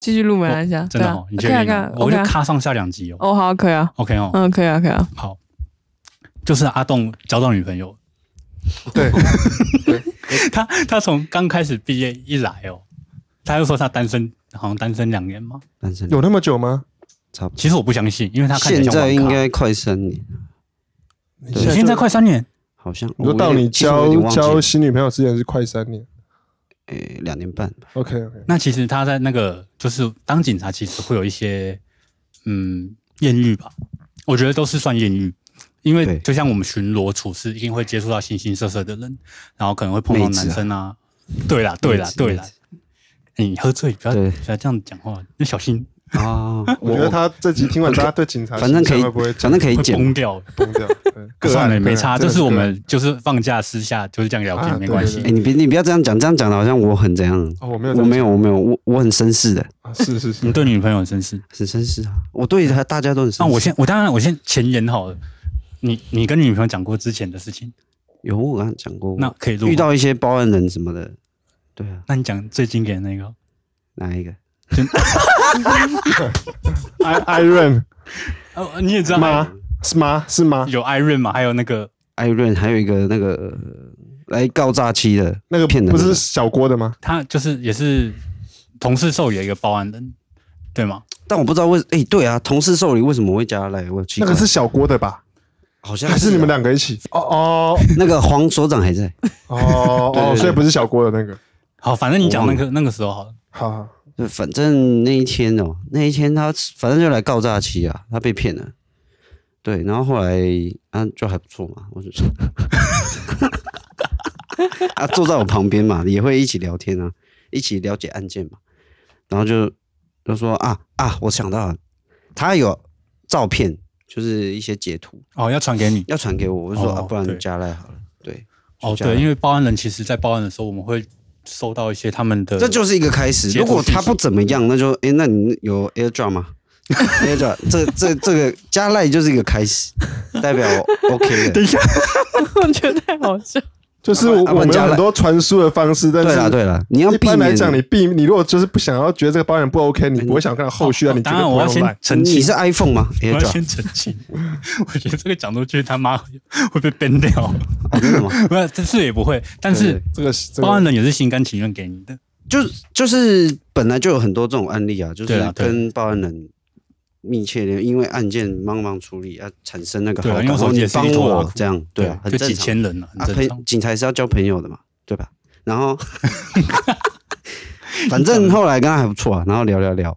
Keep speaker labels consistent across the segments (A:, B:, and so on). A: 继续录马来西亚，
B: 真的哦，你确定
A: 啊
B: 吗？？我就卡上下两集哦。
A: 哦，好，可以啊，
B: OK 哦，
A: 嗯，可以啊，可以啊，
B: 好，就是阿栋交到女朋友，
C: 对，
B: 他他从刚开始毕业一来哦，他就说他单身，好像单身两年嘛。
D: 单身
C: 有那么久吗？
D: 差不多。
B: 其实我不相信，因为他看起来
D: 现
B: 像
D: 在
B: 网
D: 应
B: 咖
D: 该快三年，
C: 你
D: 对
B: 你现在快三年，
D: 好像
C: 你说到你
D: 我有
C: 交
D: 点其实我有点
C: 交
D: 忘记
C: 新女朋友之前是快三年
D: 诶两年半吧，
C: ，OK OK，
B: 那其实他在那个就是当警察，其实会有一些嗯艳遇吧，我觉得都是算艳遇，因为
D: 对
B: 就像我们巡逻处事，一定会接触到形形色色的人，然后可能会碰到
D: 妹子啊
B: 男生啊，对啦对啦
D: 妹子
B: 对啦哎
D: 妹子，
B: 你喝醉不要
D: 对
B: 不要这样讲话，你小心
D: 啊，
C: 哦我觉得他这集听完，大家对警察
D: 反正可
C: 形
D: 以
C: 象会不会，
D: 反正可以
B: 会
D: 剪，
B: 崩掉。
C: 崩掉？对个
B: 算
C: 案
B: 了，
C: 个
B: 没
C: 案
B: 差，这
C: 真的
B: 是我
C: 个案
B: 们就是放假私下就是这样聊
C: 啊
B: 天，没关系
C: 对
D: 哎，。你别你不要这样讲，这样讲的好像我很怎样，
C: 哦，我没有这
D: 我
C: 样
D: 没有我没有，我我很绅士的，
C: 啊，是是是
B: 你，对女朋友很绅士，
D: 很绅士啊，我对他大家都很绅士。
B: 那我先我当然我先前言好了，你你跟女朋友讲过之前的事情，
D: 有我刚刚讲过，
B: 那可以录吗
D: 遇到一些报案人什么的，对啊，
B: 那你讲最经典的那个，
D: 哪一个？
C: 艾艾润
B: 哦，你也知道
C: 妈是妈是妈，
B: 有艾润嘛，还有那个
D: 艾润，还有一个那个呃来告诈欺的，
C: 那个
D: 骗人
C: 不
D: 的
C: 是小郭的吗？
B: 他就是也是同事寿也一个报案人，对吗？
D: 但我不知道为哎、对啊，同事受理为什么会加他来？我奇
C: 那
D: 怪，
C: 个是小郭的吧？
D: 好像啊
C: 还是你们
D: 的
C: 两个一起？哦哦
D: 那个黄所长还在，
C: 哦
D: 对
C: 哦，
D: 对对
C: 所以不是小郭的那个。
B: 好，反正你讲那
D: 哦
B: 个那个时候好了，
C: 好，好
D: 对反正那一天哦，那一天他反正就来告诈欺啊，他被骗了。对，然后后来啊，就还不错嘛，我就 啊坐在我旁边嘛，也会一起聊天啊，一起了解案件嘛，然后就就说啊啊，我想到了，他有照片，就是一些截图
B: 哦，要传给你
D: 要传给我，我就说、
B: 哦
D: 啊，不
B: 对
D: 然加来好了，对，
B: 哦，
D: 就加赖
B: 对，因为报案人其实在报案的时候，我们会收到一些他们的，
D: 这就是一个开始。
B: 截
D: 如
B: 图
D: 果他
B: 信息
D: 不怎么样，那就哎、诶那你有 AirDrop 吗 ？AirDrop，这这这个加赖就是一个开始，代表 OK 的。
B: 一下，
A: 我觉得太好 笑，
C: 就是我
D: 啊不然
C: 我们有
D: 加赖
C: 很多传输的方式，但
D: 对啦
C: 是
D: 对啦，你要
C: 一
D: 避
C: 般
D: 免
C: 来讲，你避你如果就是不想要觉得这个保险不 OK，你不会想看到后续啊，你绝
B: 哎哦当
C: 对
B: 然
C: 不
B: 我
C: 会
B: 要
C: 用
B: 先
C: Line
B: 澄清，
D: 你是 iPhone 吗
B: 我要
D: ？AirDrop
B: 先澄清， 我觉得这个讲出去他妈会被 ban 掉，
D: 啊，真的吗？
B: 不是，这是也不会，但是
D: 对
C: 这个这
B: 报案
C: 个
B: 人也是心甘情愿给你的，
D: 就就是本来就有很多这种案例啊，就
B: 对啦
D: 是
B: 对
D: 跟报案人密切的，因为案件帮忙处理啊，产生那个
B: 对啊，
D: 好感，
B: 因为
D: 然后
B: 手机
D: 你
B: 也是
D: 帮
B: 一坨
D: 我
B: 啊
D: 这样，对啊，很
B: 就
D: 正
B: 几
D: 常。
B: 千人了，
D: 啊，
B: 很正常
D: 朋。警察也是要交朋友的嘛，对吧？然后，反正后来跟他还不错啊，然后聊聊聊，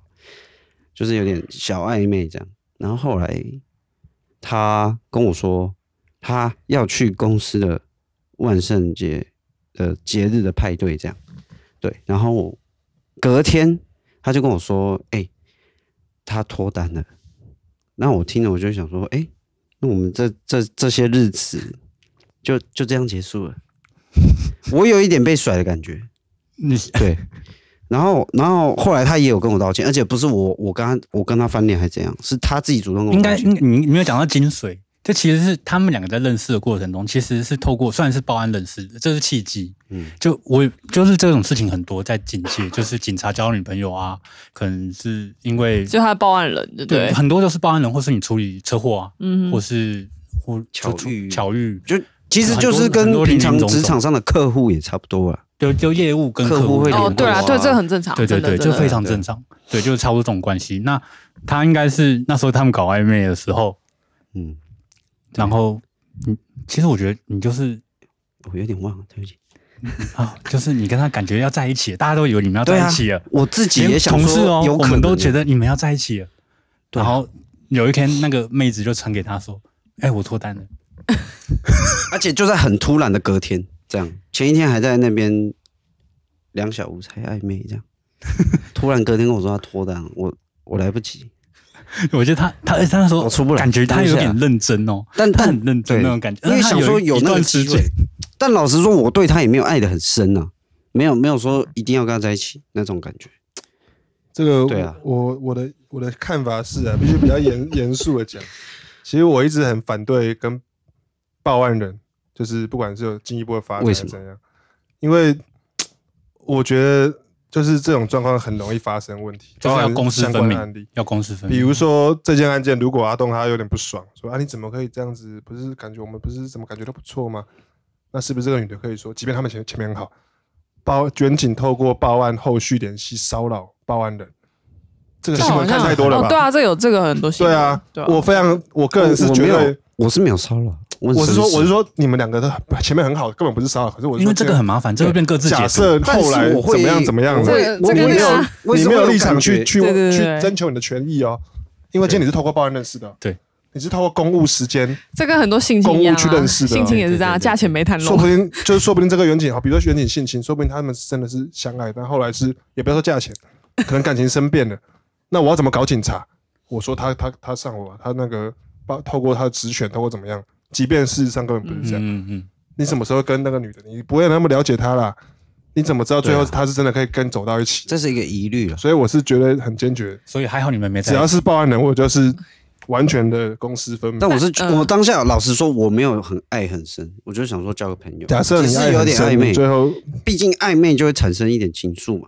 D: 就是有点小暧昧这样。然后后来他跟我说，他要去公司的万圣节的节日的派对这样，对。然后我隔天他就跟我说，哎、他脱单了。那我听了我就想说，哎、那我们这这这些日子就就这样结束了。 我有一点被甩的感觉，
B: 你
D: 对。 然后，然后后来他也有跟我道歉，而且不是我，我跟他我跟他翻脸还怎样，是他自己主动跟
B: 应
D: 我
B: 该
D: 道歉。
B: 你你没有讲到精髓，这其实是他们两个在认识的过程中，其实是透过算是报案认识的，这是契机。
D: 嗯，
B: 就我就是这种事情很多在警界，就是警察交女朋友啊，可能是因为
A: 就他报案人，对不 对？
B: 很多都是报案人，或是你处理车祸啊，
A: 嗯
B: 或是或
D: 巧遇
B: 巧遇，
D: 就其实就是跟
B: 很多
D: 平
B: 很
D: 常
B: 多林林总总
D: 职场上的客户也差不多啊。
B: 就就业务跟
D: 客户
B: 户
D: 会
B: 的
A: 哦，
D: 联络
A: 对啊，
D: 啊
A: 对，这很正常，
B: 对对
A: 真的
B: 对，
A: 真
B: 就
A: 的
B: 非常正常，对，就是差不多这种关系。那他应该是那时候他们搞暧昧的时候，
D: 嗯，
B: 然后嗯，其实我觉得你就是
D: 我有点忘了，对不起。
B: 啊，就是你跟他感觉要在一起了，大家都以为你们要
D: 对
B: 在
D: 啊
B: 一起了，，
D: 我自己
B: 连
D: 也想
B: 同事哦
D: 说，有，
B: 我
D: 可
B: 们
D: 能
B: 都觉得
D: 得
B: 你们要在一起了。
D: 对
B: 然
D: 啊
B: 后有一天，那个妹子就传给他说：“哎，我脱单了。
D: 而且就在很突然的隔天，这样前一天还在那边两小无猜暧昧这样， 突然隔天跟我说他脱单，我我来不及，”
B: 我觉得他他他那时候
D: 哎我出不来
B: 感觉他有点
D: 当
B: 认真哦，
D: 但
B: 他
D: 但
B: 很认真
D: 对
B: 那种感觉，
D: 因为
B: 但他
D: 想说有
B: 一
D: 那个
B: 段时
D: 机
B: 间
D: 会，但老实说，我对他也没有爱的很深啊，没有没有说一定要跟他在一起那种感觉。
C: 这个
D: 对啊
C: 我我的我的看法是啊，必须比较严 严肃的讲，其实我一直很反对跟报案人，就是不管是有进一步的发展还
D: 为
C: 是
D: 什么
C: 怎样，因为我觉得就是这种状况很容易发生问题，
B: 就是
C: 包
B: 要
C: 含
B: 公私
C: 啊相
B: 分
C: 关的案
B: 明
C: 例。，
B: 要公私分
C: 比
B: 明。
C: 如说这件案件，如果阿东他有点不爽，说啊你怎么可以这样子？不是感觉我们不是怎么感觉都不错吗？那是不是这个女的可以说，即便他们前前面很好，报卷警透过报案后续联系骚扰报案人，这个
A: 这
C: 新
A: 好
C: 闻
A: 像
C: 看太多了
A: 哦
C: 吧？
A: 对啊，这有这个很多新
C: 对
A: 闻。
C: 啊
A: 对啊，，
C: 我非常，我个人是
D: 我我
C: 觉
D: 没有
C: 得，，
D: 我是没有骚扰，我
C: 我
D: 很
C: 是
D: 绅
C: 说，我是
D: 士，
C: 说，你们两个都前面很好，根本不是骚扰，可是我是
B: 因为
C: 说
B: 这个很麻烦，这会变各自解读
C: 假设
D: 但
C: 后
D: 是
C: 来
D: 我会
C: 怎么样怎么样
D: 我
A: 这
C: 了，
A: 个
D: 会我
A: 这个
D: 没
A: 是
D: 有
A: 啊，
D: 我
C: 你
D: 是
C: 没
D: 会
C: 有
D: 有
C: 立
D: 感
C: 场去
D: 觉
C: 去
A: 对对
C: 去
A: 对
C: 征求你的权益哦，因为今天你是透过报案认识的，
B: 对，
C: 你是透过公务时间，
A: 这跟很多性侵一样、啊，
C: 公务去认识的啊
A: 性侵也是这
B: 对
A: 样，
B: 对对
A: 价钱没谈
C: 说
A: 拢
C: 不。定就是说不定这个远景好，比如说远景性侵，说不定他们真的是相爱，但后来是也不要说价钱，可能感情生变了，那我要怎么搞警察？我说他他他上我啊，他那个把透过他的职权，透过怎么样？即便事实上根本不是这样。
B: 嗯嗯嗯，
C: 你什么时候跟那个女的？你不会那么了解她啦，你怎么知道最后她是真的可以跟走到一起？
D: 这是一个疑虑了。啊
C: 所以我是觉得很坚决，
B: 所以还好你们没在
C: 只
B: 一起。
C: 要是报案人，我就是完全的公私分明
D: 但。我是、
A: 嗯
D: 我当下老实说，我没有很爱很深，我就想说交个朋友。
C: 假设
D: 只
C: 你
D: 是
C: 爱
D: 有
C: 很
D: 点
C: 深
D: 暧昧
C: 你，最后
D: 毕竟暧昧就会产生一点情愫嘛。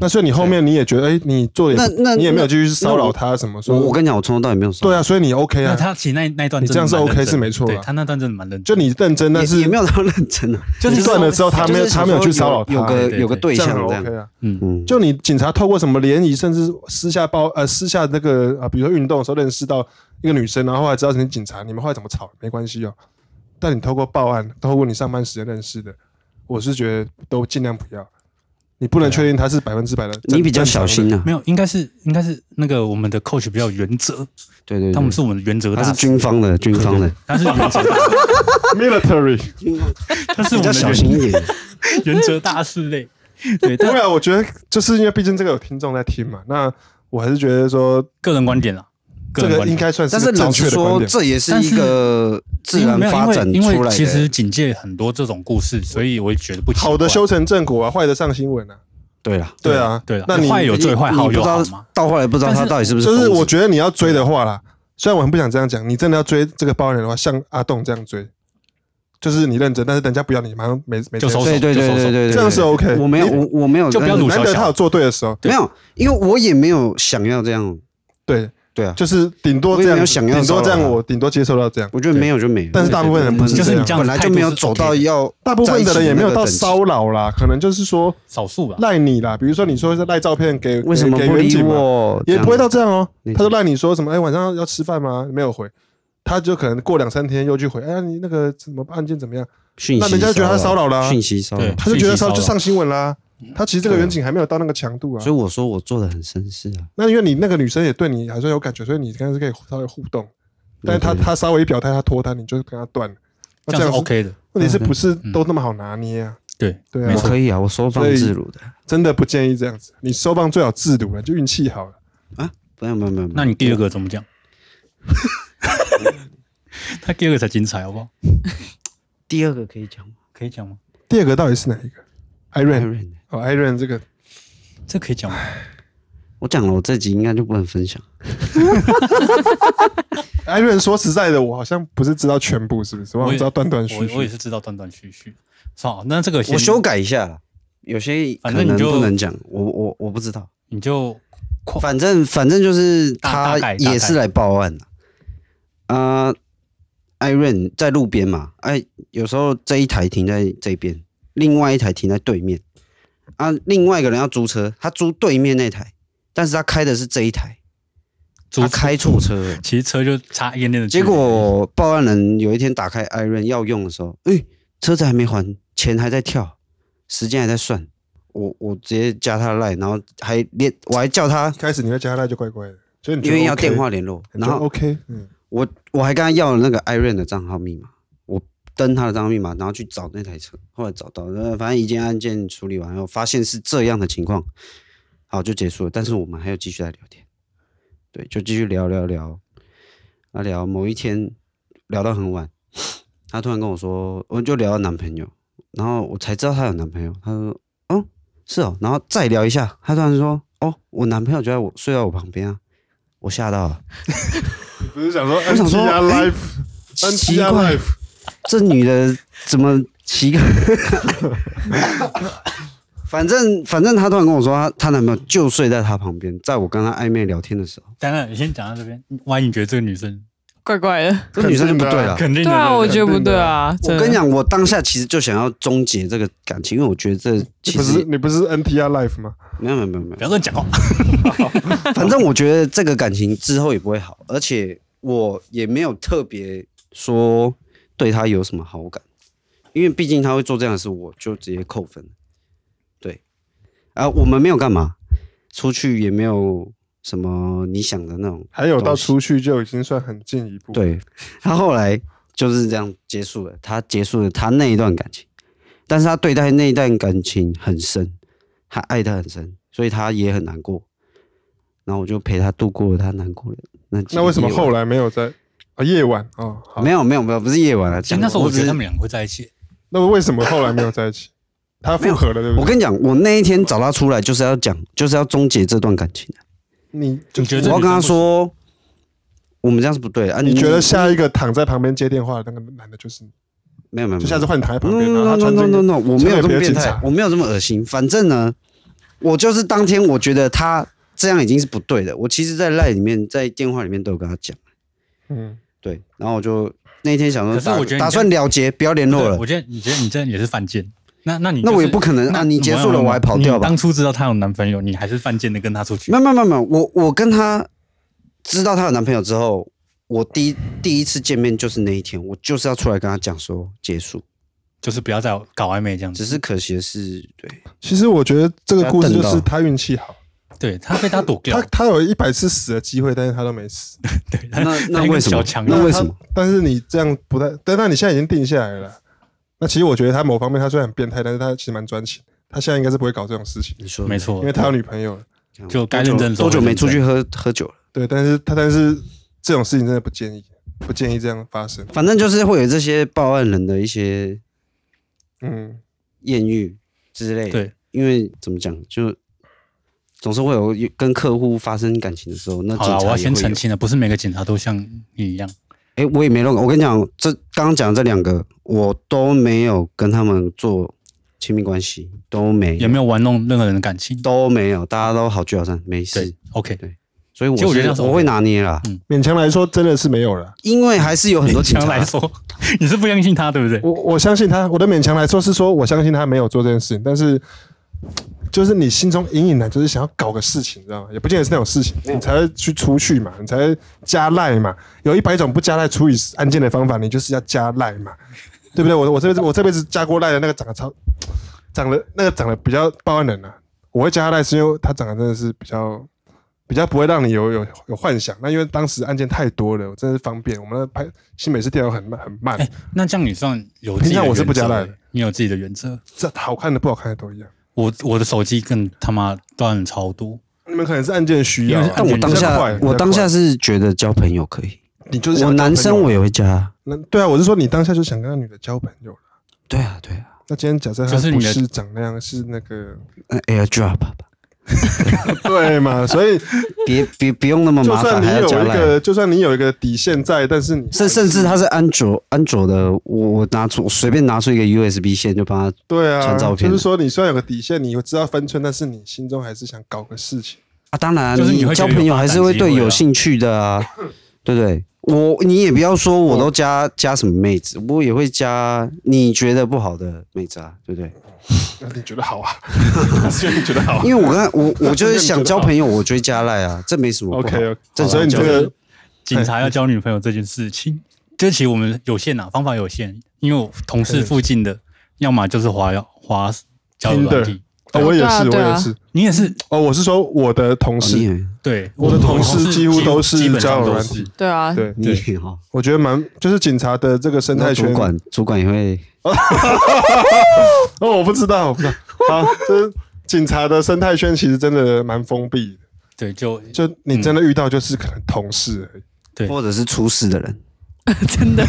C: 那所以你后面你也觉得，哎，你做的也
D: 那那
C: 你也没有
D: 那
C: 继续骚扰她什么？
D: 我
C: 说
D: 我跟你讲，我从头到尾没有骚扰
C: 对啊，所以你 OK
B: 那
C: 啊，
B: 他其实那那一段
C: 你
B: 真的
C: 这样是
B: 蛮认
C: OK
B: 真
C: 是没错
B: 对
C: 啦
B: 他那段真的蛮认
C: 就
B: 真，
C: 你认真，但
D: 也
C: 是
D: 也没有到认真啊，
B: 就
C: 你断了之后，他没有
D: 就是想
C: 他没有
D: 说
C: 去骚扰她，
D: 有个有个对
C: 这
D: 象
C: 样很
D: 这样
C: OK，啊。
B: 嗯，
D: 嗯，
C: 就你警察透过什么联谊，甚至私下包呃私下那个啊，比如说运动的时候认识到一个女生，然后后来知道你是警察，你们后来怎么吵没关系哦。但你透过报案，透过你上班时间认识的，我是觉得都尽量不要。你不能确定他是百分之百的正，
D: 你比较小
C: 正
D: 心啊
B: 没，有，应该是应该是那个我们的 coach 比较有原则，
D: 对对对，
B: 他们是我们的原则
D: 他
B: 大
D: 是
B: 师，
D: 军方的，军方的，
B: 他是原则大师，
C: 常的 military。
B: 他是我
D: 比较
B: 们的
D: 小心
B: 原
D: 一点。
B: 原则大师类。对，但
C: 对啊，我觉得就是因为毕竟这个有听众在听嘛，那我还是觉得说
B: 个人观点啦，
C: 这
B: 人
C: 个
B: 观
C: 应
B: 点
C: 该算
D: 但
C: 是
D: 是
C: 个正
D: 老
C: 确
D: 实
C: 的观
D: 说，
C: 点。
D: 这也是一个自
B: 因为
D: 然
B: 没有
D: 发展
B: 因为因
D: 出
B: 为
D: 来
B: 其实
D: 的。
B: 警界很多这种故事，所以我也觉得不奇怪
C: 好的修成正果啊，坏的上新闻啊。
D: 对啦，
C: 对啊，
B: 对了，
C: 那你
B: 坏有最坏，
D: 你
B: 好
D: 不知
B: 有好
D: 道
B: 嘛。
D: 到后来不知道
B: 但
D: 他
B: 是
D: 到底是不是
C: 就是
D: 疯
C: 我
D: 子
C: 觉得你要追的话啦，虽然我很不想这样讲，你真的要追这个包人的话，像阿栋这样追，就是你认真，但是人家不要你，马上没没
B: 就收手
D: 对对对对对对，
C: 这样是 OK
D: 我没有，
C: 你
D: 我我没有，
B: 就不要
D: 但是
B: 鲁
C: 难
B: 小
C: 得他
B: 小
C: 有做对的时候，
D: 没有，因为我也没有想要这样。
C: 对，
D: 对啊，
C: 就是顶多
D: 我也
C: 这
D: 没
C: 样，
D: 有想要
C: 顶多这样，
D: 骚扰他
C: 我顶多接受到这样。
D: 我觉得没有就没有。
C: 但是大部分人不是
D: 对对对
C: 这样
D: 就是你本来就没有走到要
C: 大部分的人也没有到
D: 在一起的
C: 骚扰啦，可能就是说
B: 少数啦，
C: 赖你啦，比如说你说是赖照片给
D: 为什么
C: 给
D: 不
C: 给远
D: 理
C: 景嘛
D: 我？
C: 也不会到这样哦
D: 理。解
C: 他就赖你说什么，哎，晚上要吃饭吗？没有回，他就可能过两三天又去回，哎，你那个什么案件怎么样？
D: 讯息，啊
C: 那人家觉得他骚扰啊啦
D: 讯息骚扰
B: 对。
C: 他就觉得
B: 讯息骚
C: 上
B: 扰
C: 就上新闻啦。他其实这个远景还没有到那个强度啊
D: 所以，我说我做的很绅士啊，
C: 那因为你那个女生也对你还算有感觉，所以你刚才是可以稍微互动，但是她
D: 对对对
C: 她稍微一表态，她脱单，你就跟她断了。那
B: 这样是
C: 子
B: OK 的。
C: 问题是不是都那么好拿捏啊？
B: 对，
C: 对
B: 没
C: 啊
D: 我
B: 错，
D: 可以啊，我收放自如的。
C: 真的不建议这样子。你收放最好自如了，就运气好了。
D: 没有没有没有，没有
B: 那你第二个怎么讲？他第二个才精彩，好不好？
D: 第二个可以讲吗
B: 可以讲吗？
C: 第二个到底是哪一个？Iron
D: ？Aaron
C: 哦，Iron 这个
B: 这可以讲吗？
D: 我讲了，我这集应该就不能分享。
C: Iron 说实在的，我好像不是知道全部，是不是？我好
B: 我
C: 像
B: 也
C: 知道断断续
B: 我我也
C: 续。
B: 是知道断断续续。好，那这个先
D: 我修，改一下啦，有些可
B: 反正你
D: 能
B: 就
D: 不能讲，我我我不知道。
B: 你就快
D: 反正反正就是
B: 大
D: 他
B: 大概
D: 也是来报案的。啊，艾润在路边嘛，哎，有时候这一台停在这边，另外一台停在对面。啊，另外一个人要租车，他租对面那台，但是他开的是这一台，
B: 租
D: 他开错车了。
B: 其实车就差一点点的距
D: 结
B: 离。
C: 嗯
D: 果报案人有一天打开艾润要用的时候，哎、车子还没还，钱还在跳，时间还在算。我我直接加他赖，然后还连我还叫他
C: 一开始你会加他就怪怪的，所以你觉
D: 因
C: 得
D: 为要
C: OK，
D: 电话联络，
C: 你觉
D: 然
C: 得
D: 后
C: OK，嗯，
D: 我我还跟他要了那个 Iron 的账号密码，我登他的账号密码，然后去找那台车，后来找到，呃，反正一件案件处理完后，发现是这样的情况，好就结束了。但是我们还有继续来聊天，对，就继续聊聊聊，啊聊某一天聊到很晚，他突然跟我说，我就聊到男朋友，然后我才知道她有男朋友，她说，哦，是哦，然后再聊一下，她突然说，哦，我男朋友就在我睡在我旁边啊，我吓到了。
C: 你不是想说
D: 想说
C: NTR
D: 哎
C: Life，NTR
D: 奇怪
C: Life。
D: 这女的怎么奇怪？ 反正反正她突然跟我说，她她男朋友就睡在她旁边，在我跟她暧昧聊天的时候，
B: 当然，你先讲到这边。万一你觉得这个女生
A: 怪怪的。
D: 这女生就不对了。
B: 肯定
A: 对
B: 的
A: 啊，我觉得不
C: 肯定的
A: 对啊。
D: 我
A: 真的
D: 跟你，讲，我当下其实就想要终结这个感情，因为我觉得这其
C: 不是
D: 实
C: 你不是 NTR Life 吗？
D: 没有没有没有没有
B: 不，要乱讲话。
D: 反正我觉得这个感情之后也不会好，而且我也没有特别说对他有什么好感，因为毕竟他会做这样的事，我就直接扣分。对，啊，我们没有干嘛，出去也没有什么你想的那种。
C: 还有到
D: 东西
C: 出去就已经算很进一步。，
D: 对， 他后来就是这样结束了，他结束了他那一段感情，但是他对待那一段感情很深，他爱他很深，所以他也很难过。然后我就陪他度过了他难过的那几
C: 那为什么
D: 个夜晚
C: 后来没有在啊夜晚哦？好，
D: 没有没有没有不是夜晚啊？
B: 其实
D: 讲
B: 那时候我
D: 只
B: 觉
D: 是
B: 得他们两个会在一起，
C: 那为什么后来没有在一起？他复合了，对不
D: 我
C: 对？
D: 跟你讲，我那一天找他出来就是要讲，就是要终结这段感情。
C: 你
B: 你觉得这
D: 我要
B: 女生
D: 跟他
B: 不行
D: 说，我们这样是不对的啊！
C: 你觉得下一个躺在旁边接电话的那个男的就是你？
D: 没有没有没
C: 就
D: 有，
C: 下次换你躺在旁边，然后他
D: no no
C: 穿
D: no
C: 这
D: no
C: 个
D: no，我没有这
C: 穿着
D: 么变
C: 别的警
D: 态
C: 察，
D: 我没有这么恶心。反正呢，我就是当天我觉得他这样已经是不对的。我其实，在赖里面，在电话里面都有跟他讲，
C: 嗯，
D: 对。然后我就那天想说
B: 可是
D: 打，
B: 我觉得你
D: 打
B: 这
D: 算了结，不要联络
B: 对
D: 了
B: 我。觉得你觉得你这也是犯贱。那那你
D: 那
B: 就是
D: 我也不可能
B: 那
D: 啊！你结束了，我还跑掉
B: 你
D: 吧
B: 当？初知道她有男朋友，你还是犯贱的跟她出去
D: 没。有没有没有没有，我我跟她知道她有男朋友之后，我第一第一次见面就是那一天，我就是要出来跟她讲说结束。
B: 就是不要再搞暧昧这样子。
D: 只是可惜的是，对，
C: 其实我觉得这个故事就
D: 他
C: 是
D: 瞪到
C: 他运气好，
B: 对他被他躲掉
C: 他，他有一百次死的机会，但是他都没死。
B: 对，
D: 那那
B: 跟
D: 为什么
B: 小强啊一
D: 那
B: 样
D: 为什么
C: 他？但是你这样不太，但那你现在已经定下来了啦。那其实我觉得他某方面他虽然很变态，但是他其实蛮专情。他现在应该是不会搞这种事情，
D: 你说
B: 没
C: 因
B: 错
C: 为，他有女朋友了。
D: 看
B: 就
D: 我
B: 该
D: 多久
B: 认真的时候
D: 多久
B: 会
D: 没
B: 认
D: 出去
B: 真
D: 喝喝酒了？
C: 对，但是他但是这种事情真的不建议，不建议这样发生。
D: 反正就是会有这些报案人的一些
C: 嗯，
D: 艳遇之类的。
B: 对，
D: 因为怎么讲，就总是会有跟客户发生感情的时候，那警
B: 好了，
D: 察
B: 我要先
D: 也会有
B: 澄。清了，不是每个警察都像你一样。
D: 哎、我也没弄。我跟你讲，这刚刚讲的这两个，我都没有跟他们做亲密关系，都没
B: 也
D: 有
B: 没有玩弄任何人的感情。
D: 都没有，大家都好聚好散，没
B: 对
D: 事。
B: ，OK，
D: 所以我
B: 其实我觉得
D: 是
B: 那时候
D: 我会拿捏啦，
B: 嗯
C: 勉强来说真的是没有了。
D: 因为还是有很多警
B: 强
D: 察
B: 来说， 你是不相信他，对不对？
C: 我我相信他，我的勉强来说是说，我相信他没有做这件事情，但是就是你心中隐隐的，就是想要搞个事情，你知道吗？也不见得是那种事情，你才会去出去嘛，你才会加赖嘛。有一百种不加赖处理案件的方法，你就是要加赖 嘛，对不对？我我这辈子我这辈子加过赖的那个长得超长得那个长得比较报案人啊，我会加他赖是因为他长得真的是比较。比较不会让你有有有幻想，那因为当时案件太多了，我真的是方便。我们的拍新北市调很慢很慢，
B: 哎那这样你算有自己
C: 平
B: 的
C: 常我是不
B: 原则
C: 加赖的
B: 欸你有自己的原则。
C: 这好看的不好看的都一样。
B: 我我的手机更他妈断超多，
C: 你们可能是案件需要啊
B: 因为，
D: 但我当
C: 比较
D: 下
C: 快比较
D: 我当下
C: 快
D: 是觉得交朋友可以，
C: 你就是
B: 啊
C: 想
D: 我
C: 交
D: 男生
C: 朋友
D: 我也会加。
C: 那对啊，我是说你当下就想跟那女的交朋友了。
D: 对啊，对啊，哎
C: 那今天假设她
B: 就是你
C: 不
B: 的
C: 是长那样，是那个
D: 那 AirDrop 吧。
C: 对嘛？所以
D: 别别不 用那么
C: 就
D: 麻
C: 算
D: 烦，
C: 你
D: 还要加
C: 有一
D: 赖。
C: 个，就算你有一个底线在，但是你
D: 甚甚至他是安卓安卓的，我我拿出我随便拿出一个 USB 线就帮他
C: 对啊，
D: 传照片
C: 就是说你虽然有个底线，你知道分寸，但是你心中还是想搞个事情。
D: 啊。当然，
B: 就是你会觉
D: 你交
B: 得
D: 朋友
B: 有发
D: 还
B: 展
D: 是会
B: 机
D: 对
B: 会
D: 有
B: 啊
D: 兴趣的啊，
C: 嗯
D: 对不对？我你也不要
C: 哦
D: 说我都加加什么妹子，我也会加你觉得不好的妹子啊，对不对？
C: 那你觉得 好啊？所以你觉得好啊
D: 因为我刚才我我就
C: 你
D: 是
C: 觉
D: 想
C: 得
D: 交
C: 好
D: 朋友，我就会加赖啊，这没什么不好。
C: ？OK OK，
D: 好
C: 所以你这
B: 就是
C: 个
B: 警察要交女朋友这件事情，这其实我们有限啊，方法有限。因为我同事附近的，要么就是滑滑交友软体，
C: 哦，我也
A: 对啊
C: 是，我
A: 对啊
C: 也是。
B: 你也是
C: 哦，我是说我的同
D: 哦
C: 事
D: 你，也
B: 对，
C: 我的同
B: 事
C: 事几乎都是
B: 基本
C: 交
B: 上
C: 友
B: 都
C: 软
B: 是
C: 体。
A: 对啊，
C: 对，
D: 你也哈，
C: 我觉得蛮就是警察的这个生
D: 然后
C: 态
D: 主
C: 圈，
D: 管主管也会
C: 哦，我不知道，我不 知道。好，就是警察的生态圈其实真的蛮封闭的，
B: 对，就
C: 就你真的遇到就是可能同事哎而已，
B: 对
D: 或者是出事的人，
A: 真的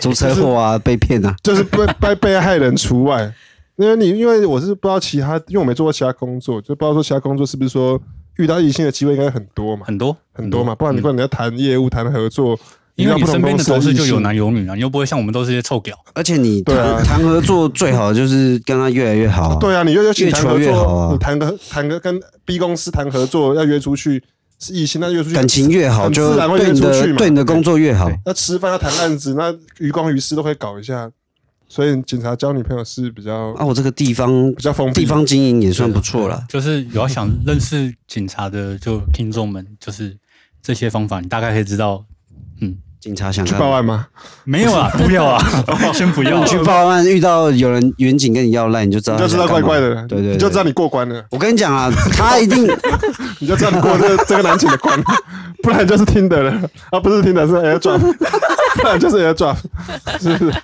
D: 出车祸啊，被骗啊，
C: 就是被被被害人除外。因为你因为我是不知道其他，因为我没做过其他工作，就不知道说其他工作是不是说遇到异性的机会应该很多嘛，
B: 很多
C: 很多嘛，不然你
B: 嗯
C: 不然你要谈业务、谈合作，
B: 因为你身边的同事就有
C: 男。
B: 男有女啊，你又不会像我们都是些臭屌。
D: 而且你
C: 对啊
D: 谈谈合作最好就是跟他越来越好啊。
C: 对啊，你约约请谈合
D: 越求越好啊
C: 作，你谈个谈个跟 B 公司谈合作，要约出去是异性，那约出去
D: 感情越好，
C: 很
D: 就
C: 自然会
D: 对
C: 约
D: 你
C: 出去
D: 的
C: 嘛。
D: 对你的工作越好。
C: 那吃饭要谈案子，那于光于私都可以搞一下。所以警察交女朋友是比较
D: 啊，我这个地方
C: 比较封闭
D: 地方经营也算不错
C: 啊
D: 啦。
B: 就是有要想认识警察的就听众们，就是这些方法，你大概可以知道。
D: 警察想
C: 去
D: 干
C: 报
D: 嘛？
C: 案吗？
B: 没有 啊，不要啊，先不要
D: 你。去报案，遇到有人远景跟你要赖，你就知道
C: 你
D: 他
C: 就知道
D: 想
C: 怪
D: 干嘛
C: 怪的了，
D: 对对，
C: 你就知道
D: 对。
C: 你过关了，
D: 我跟你讲啊，他一 定
C: 你就知道你过这个这个难请的关， 不然就是听的了啊，不是听的是 AirDrop，不 然就是 AirDrop，是不是？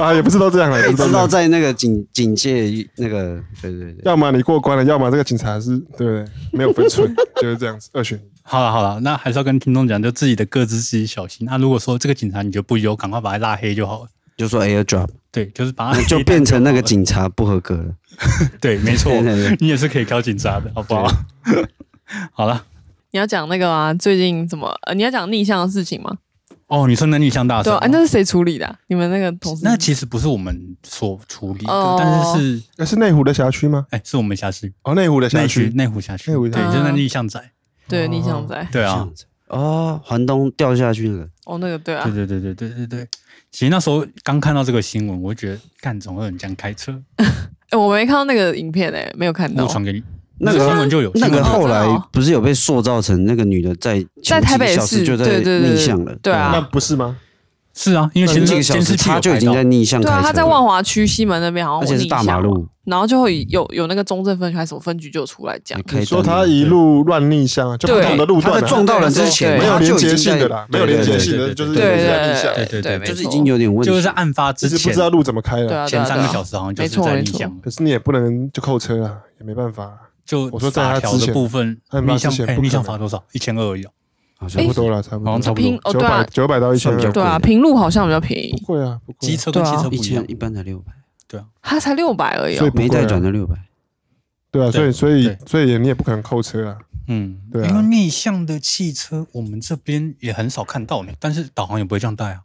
C: 啊，也不是都这样了，也不是都这
D: 知道
C: 样。
D: 在那个警警戒那个，对对对，
C: 要么你过关了，要么这个警察是对不对？没有分寸，就是这样子，二选一。
B: 好了好了，那还是要跟听众讲，就自己的各自自己小心。那如果说这个警察你觉得不优，赶快把他拉黑就好了。
D: 就说 airdrop
B: 对，就是把他
D: 就
B: 黑掉
D: 变成那
B: 好了
D: 个警察不合格了。
B: 对，没 错
D: 对
C: 啊
D: 对对，
B: 你也是可以挑警察的，好不 好？好了，
A: 你要讲那个吗？最近怎么？呃，你要讲逆向的事情吗？
B: 哦，你说能力向大
A: 对
B: 赏
A: 啊，，哎那是谁处理的啊？你们那个同事？
B: 那其实不是我们所处理的
A: 哦，
B: 但是是
C: 哎那是内湖的辖区吗？
B: 哎，是我们辖区
C: 哦，内湖的辖
B: 内区
C: 区，
B: 内湖辖区，
C: 内湖
B: 对，
C: 辖
A: 区
D: 啊
B: 就是那逆向仔，
A: 对逆向在
B: 对
D: 这
B: 啊
D: 样，子哦，环东掉下去那个，
A: 哦，那个对啊
B: 对，对对对对对对。其实那时候刚看到这个新闻，我就觉得干总会很这样开车，
A: 哎，我没看到那个影片哎，没有看到
B: 我。传给你，
D: 那
B: 那
D: 个
B: 个新闻就有，
D: 那
B: 新
D: 个
B: 闻就有
D: 后来不是有被塑造成那个女的在
A: 在
D: 前
A: 台
D: 几个
A: 北
D: 小时
A: 市
D: 就在
A: 对对对
D: 逆向了，
A: 对啊
C: 那不是吗？
B: 是啊，因为
D: 前
B: 前
D: 几个小
B: 监
D: 时
B: 视器有
D: 他就已
B: 拍
D: 经
B: 到，
D: 在逆向开
A: 对
D: 车
A: 啊，
D: 了，
A: 他在万华区西门那边好像
D: 而且
A: 有
D: 是
A: 逆
D: 大马
A: 向，
D: 路，
A: 然后就会有有那个中正分局还是什么分局就有出来讲
D: 也，开
C: 你说
D: 灯
C: 他
D: 了
C: 一路乱逆向啊，就不
A: 对
C: 同的路
D: 他
C: 段
D: 在
C: 啊
D: 撞到人之前，
A: 对
C: 没有
D: 他就
C: 连
D: 已
C: 接
D: 经
C: 性
D: 在
C: 的啦，没
D: 对
C: 有
D: 对
C: 连接
D: 对
C: 性的，
B: 对对
C: 就是
B: 对
C: 一直
A: 对
C: 在逆
A: 对
B: 对
C: 向，
A: 对
B: 对
A: 对，
B: 对
A: 没
D: 就是已
A: 错
D: 经有点问
B: 就是
D: 题
B: 在。案发
C: 只
B: 之
C: 是不
B: 前
C: 知道路怎么开
A: 对啊
C: 了。
B: 前三个小
A: 时，
B: 时好像就是
A: 没错
B: 在逆
A: 没错
B: 向，
C: 可是你也不能就扣车啊，也没办法啊，
B: 就
C: 我说在
B: 法
C: 他
B: 条
C: 之
B: 的
C: 前
B: 部分
C: 案发
B: 逆
C: 之
B: 向
C: 前
B: 哎
C: 不可
B: 逆向
C: 能
B: 罚多少？一千二而已哦。
D: 好像
C: 差不
D: 不
C: 多了，差不
B: 好像
C: 多，
B: 差
C: 差
B: 不
C: 不
B: 多
A: 平哦
C: 多九
A: 对啊
C: 百九百到一千
D: 算比
C: 二
D: 较，
A: 对啊，平路好像比较便
C: 不
A: 宜，
C: 贵啊，不贵啊。
B: 机车跟
A: 对
B: 汽
A: 啊
B: 车不
D: 一
B: 一样
D: 千，一般才六百，
A: 它才六百而已
C: 所
A: 哦
C: 以。不贵
D: 没
C: 啊
D: 带转的六百。
C: 对啊，所以所以
B: 对
C: 所以你也不可能扣车啊，
B: 嗯，
C: 对啊
B: 因为逆向的汽车我们这边也很少看到呢，但是导航也不会这样带啊。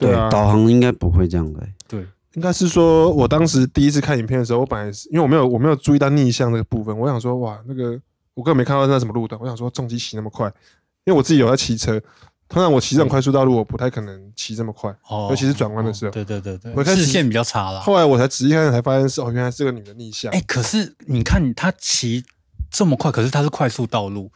C: 对啊。
D: 导航应该不会这样的欸。
B: 对，
C: 应该是说，我当时第一次看影片的时候，我本来是因为我没有我没有注意到逆向这个部分，我想说哇，那个我根本没看到那什么路段，我想说重机骑那么快，因为我自己有在骑车，通常我骑这种快速道路，我不太可能骑这么快。
B: 哦，
C: 尤其是转弯的时候
B: 哦对对对对，
C: 我一开始
B: 视线比较差啦。
C: 后来我才仔细看才发现是哦，原来是个女的逆向
B: 哎、，可是你看他骑这么快，可是他是快速道路，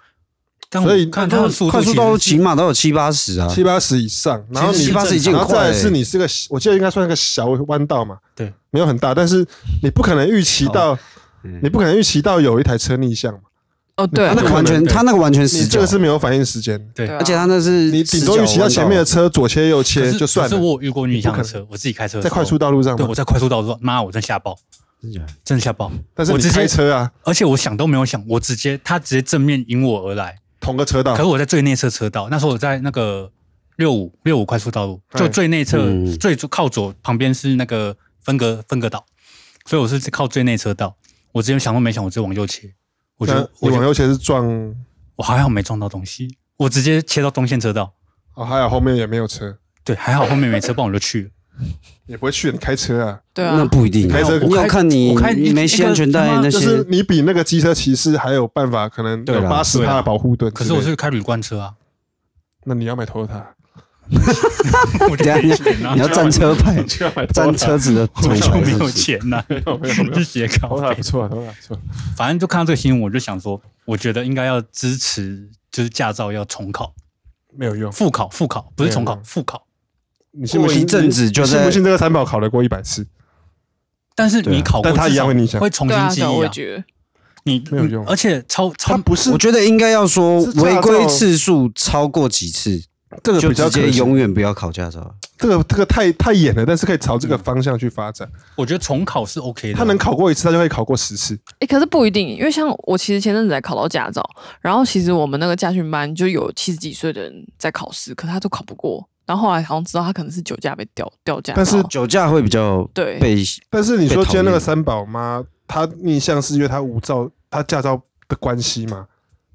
B: 但我
C: 所以
B: 看他的速度
D: 快
B: 其
D: 速
B: 实
D: 道路
B: 是
D: 起码都有七八十啊，
C: 七八十以上，然后
B: 其实
C: 你
D: 七八十已经
C: 然
D: 很
C: 后
D: 快
C: 再来
D: 了欸。
C: 是你是个小，我记得应该算是个小弯道嘛，
B: 对，
C: 没有很大，但是你不可能预期到，
D: 嗯
C: 你不可能预期到有一台车逆向嘛，
A: 哦，对
D: 他那，个完全，
C: 对
D: 他那个完全
C: 你
D: 死
C: 这
D: 角
C: 个，是没有反应时间，
B: 对
A: 对啊
D: 而且他那是
C: 你顶多预期到前面的车左切右
B: 可
C: 切
B: 是
C: 就算
B: 可是
C: 了，
B: 我有遇过逆向的
C: 你不
B: 车，我自己开车的
C: 在
B: 时候
C: 快速道路上
B: 对
C: 嘛
B: 我，在快速道路上，妈，我真吓爆，
D: 的，
B: 真吓爆！
C: 但是
B: 我
C: 你
B: 直接
C: 开车啊，
B: 而且我想都没有想，我直接他直接正面迎我而来，
C: 同个车道
B: 可是，我在最内侧车道，那时候我在那个六五六五快速道路，就
C: 哎
B: 最内侧、
D: 嗯
B: 最靠左旁边是那个分隔分隔岛，所以我是靠最内车道。我之前想都没想，我直接往右切，我就
C: 那
B: 我
C: 你
B: 就
C: 往右切是撞，
B: 我还好没撞到东西，我直接切到东线车道。
C: 哦，还有后面也没有车，
B: 对，还好后面没车，不然我就去了。
C: 也不会去，你开车啊，
A: 对啊
D: 那，不一定。
C: 开车
D: 你有看你
B: 我开
D: 你没系安全带那
C: 就
D: 些
C: 是，你比那个机车骑士还有办法，可能
D: 对
C: 有
D: 啦
C: 八十
B: 对啦
C: 帕的保护盾之
B: 可
C: 类
B: 是
C: 的，
B: 我是开铝罐车 啊，
C: 那你要买 Toyota。
B: 我就
D: 等下
B: 没
D: 你
B: 钱啊
D: 你要占车牌，
C: 就要买
D: 占哎车子的
B: 我
D: 总
B: 就
D: 牌
B: 没
D: 是不
B: 有
D: 是。
B: 钱呐、 啊，日斜
C: 头
B: 靠
C: 发
B: 背
C: 不。错，头发不错。
B: 反正就看到这个新闻，我就想说，我觉得应该要支持，就是驾照要重考。
C: 没有用，
B: 复考，复考不是重考
C: 对，啊
B: 复考。
C: 你信不
D: 过
C: 信？
D: 一阵子就
C: 你信
D: 在
C: 不信这个三宝考得过一百次？
B: 但是
D: 对啊
B: 你考过，
C: 但他一样会逆向
B: 会重
A: 对
B: 新
A: 啊，
B: 记
A: 对啊我
B: 忆
A: 也
B: 啊。
A: 觉得，
B: 你
C: 没有用
B: 而且超
C: 他
B: 超
C: 不是
D: 我觉得应该要说
C: 是驾照
D: 违规次数超过几次，
C: 这个
D: 就
C: 比较
D: 直
C: 可
D: 接
C: 惜，
D: 永远不要考驾照啊了。
C: 这个这个太太远了，但是可以朝这个方向去发展。
B: 我觉得重考是 OK 的。啊
C: 他能考过一次，他就可以考过十次。
A: 哎，可是不一定，因为像我其实前阵子才考到驾照，然后其实我们那个驾训班就有七十几岁的人在考试，可他都考不过，然后后来好像知道他可能是酒驾被吊吊驾照，
C: 但是
D: 酒驾会比较
A: 对
D: 被
C: 但是你说
D: 被
C: 今
D: 讨
C: 天
D: 厌
C: 那个三宝妈，她逆向是因为她无照，她驾照的关系嘛？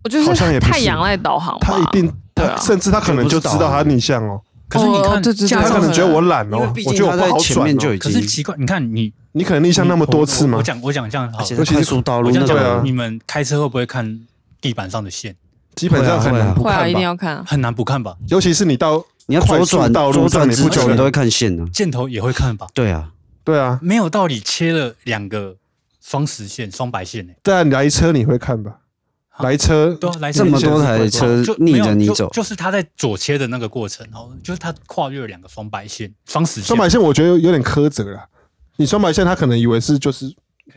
A: 我就是
C: 好像也不是
A: 太仰赖导航吧，
C: 她一定
A: 哦对啊，
C: 甚至他可能就知道他逆向哦，
B: 可是你
A: 哦
B: 看，
A: 对对对
B: 家
C: 他
B: 长
C: 可能觉得我懒
D: 因
C: 哦
D: 为毕，
C: 我
D: 竟
C: 觉得
D: 他
C: 我不
D: 在
C: 好
D: 前
C: 转
D: 面就
C: 哦。
D: 已
B: 可
D: 经，
B: 是奇怪，你看你
C: 你可能逆向那么多次
B: 我
C: 嘛
B: 我，讲我讲这样好
D: 而且
B: 了，
D: 在快速道路
B: 我
D: 那
B: 讲
C: 对
D: 种
C: 啊
B: 你们开车会不会看地板上的线？
C: 基本上很难不
A: 会啊，
C: 看
A: 一定
C: 吧。
A: 要看啊。
B: 很难不看吧？
C: 尤其是你到
D: 你要左
C: 快速
D: 转
C: 道路
D: 左
C: 上
D: 转
C: 你
D: 之
C: 不
D: 前
B: 觉得
D: 你都会看线呢、
B: 箭头也会看吧？
D: 对啊，
C: 对啊，
B: 没有道理切了两个双实线、双白线呢、
C: 对啊，你来车你会看吧？
B: 啊
C: 来车
B: 对啊，来
D: 这么多台
C: 明显是不会
D: 车
B: 就
D: 逆着
B: 没
D: 你
B: 有
D: 走
B: 就，就是他在左切的那个过程，然后哦就是他跨越了两个双白线、双实线。
C: 双白线，我觉得有点苛责啦。你双白线，他可能以为是就是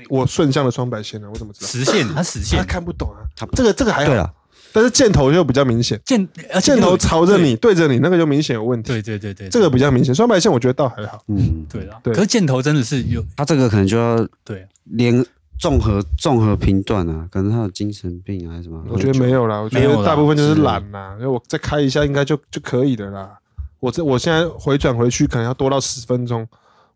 C: 我顺向的双白线啊，我怎么知道？
B: 实 线，它实
C: 他
B: 线
C: 看不懂啊
D: 他，
C: 这个这个还
D: 对
C: 好，
D: 了，
C: 但是箭头就比较明显，
B: 箭，而且
C: 箭啊头朝着
B: 对
C: 你对着你，那个就明显有问题。
B: 对对对对，
C: 这个比较明显，双白线我觉得倒还好。
D: 嗯，
B: 对了。
C: 对
B: 可是箭头真的是有
D: 他这个可能就要
B: 对，啊
D: 连综合综合评断啊，可能他有精神病啊还是什么，
C: 我觉得没有啦，我觉
B: 没有
C: 得
B: 啦
C: 大部分就是懒啦，因为我再开一下应该就就可以的啦。我这我现在回转回去可能要多到十分钟，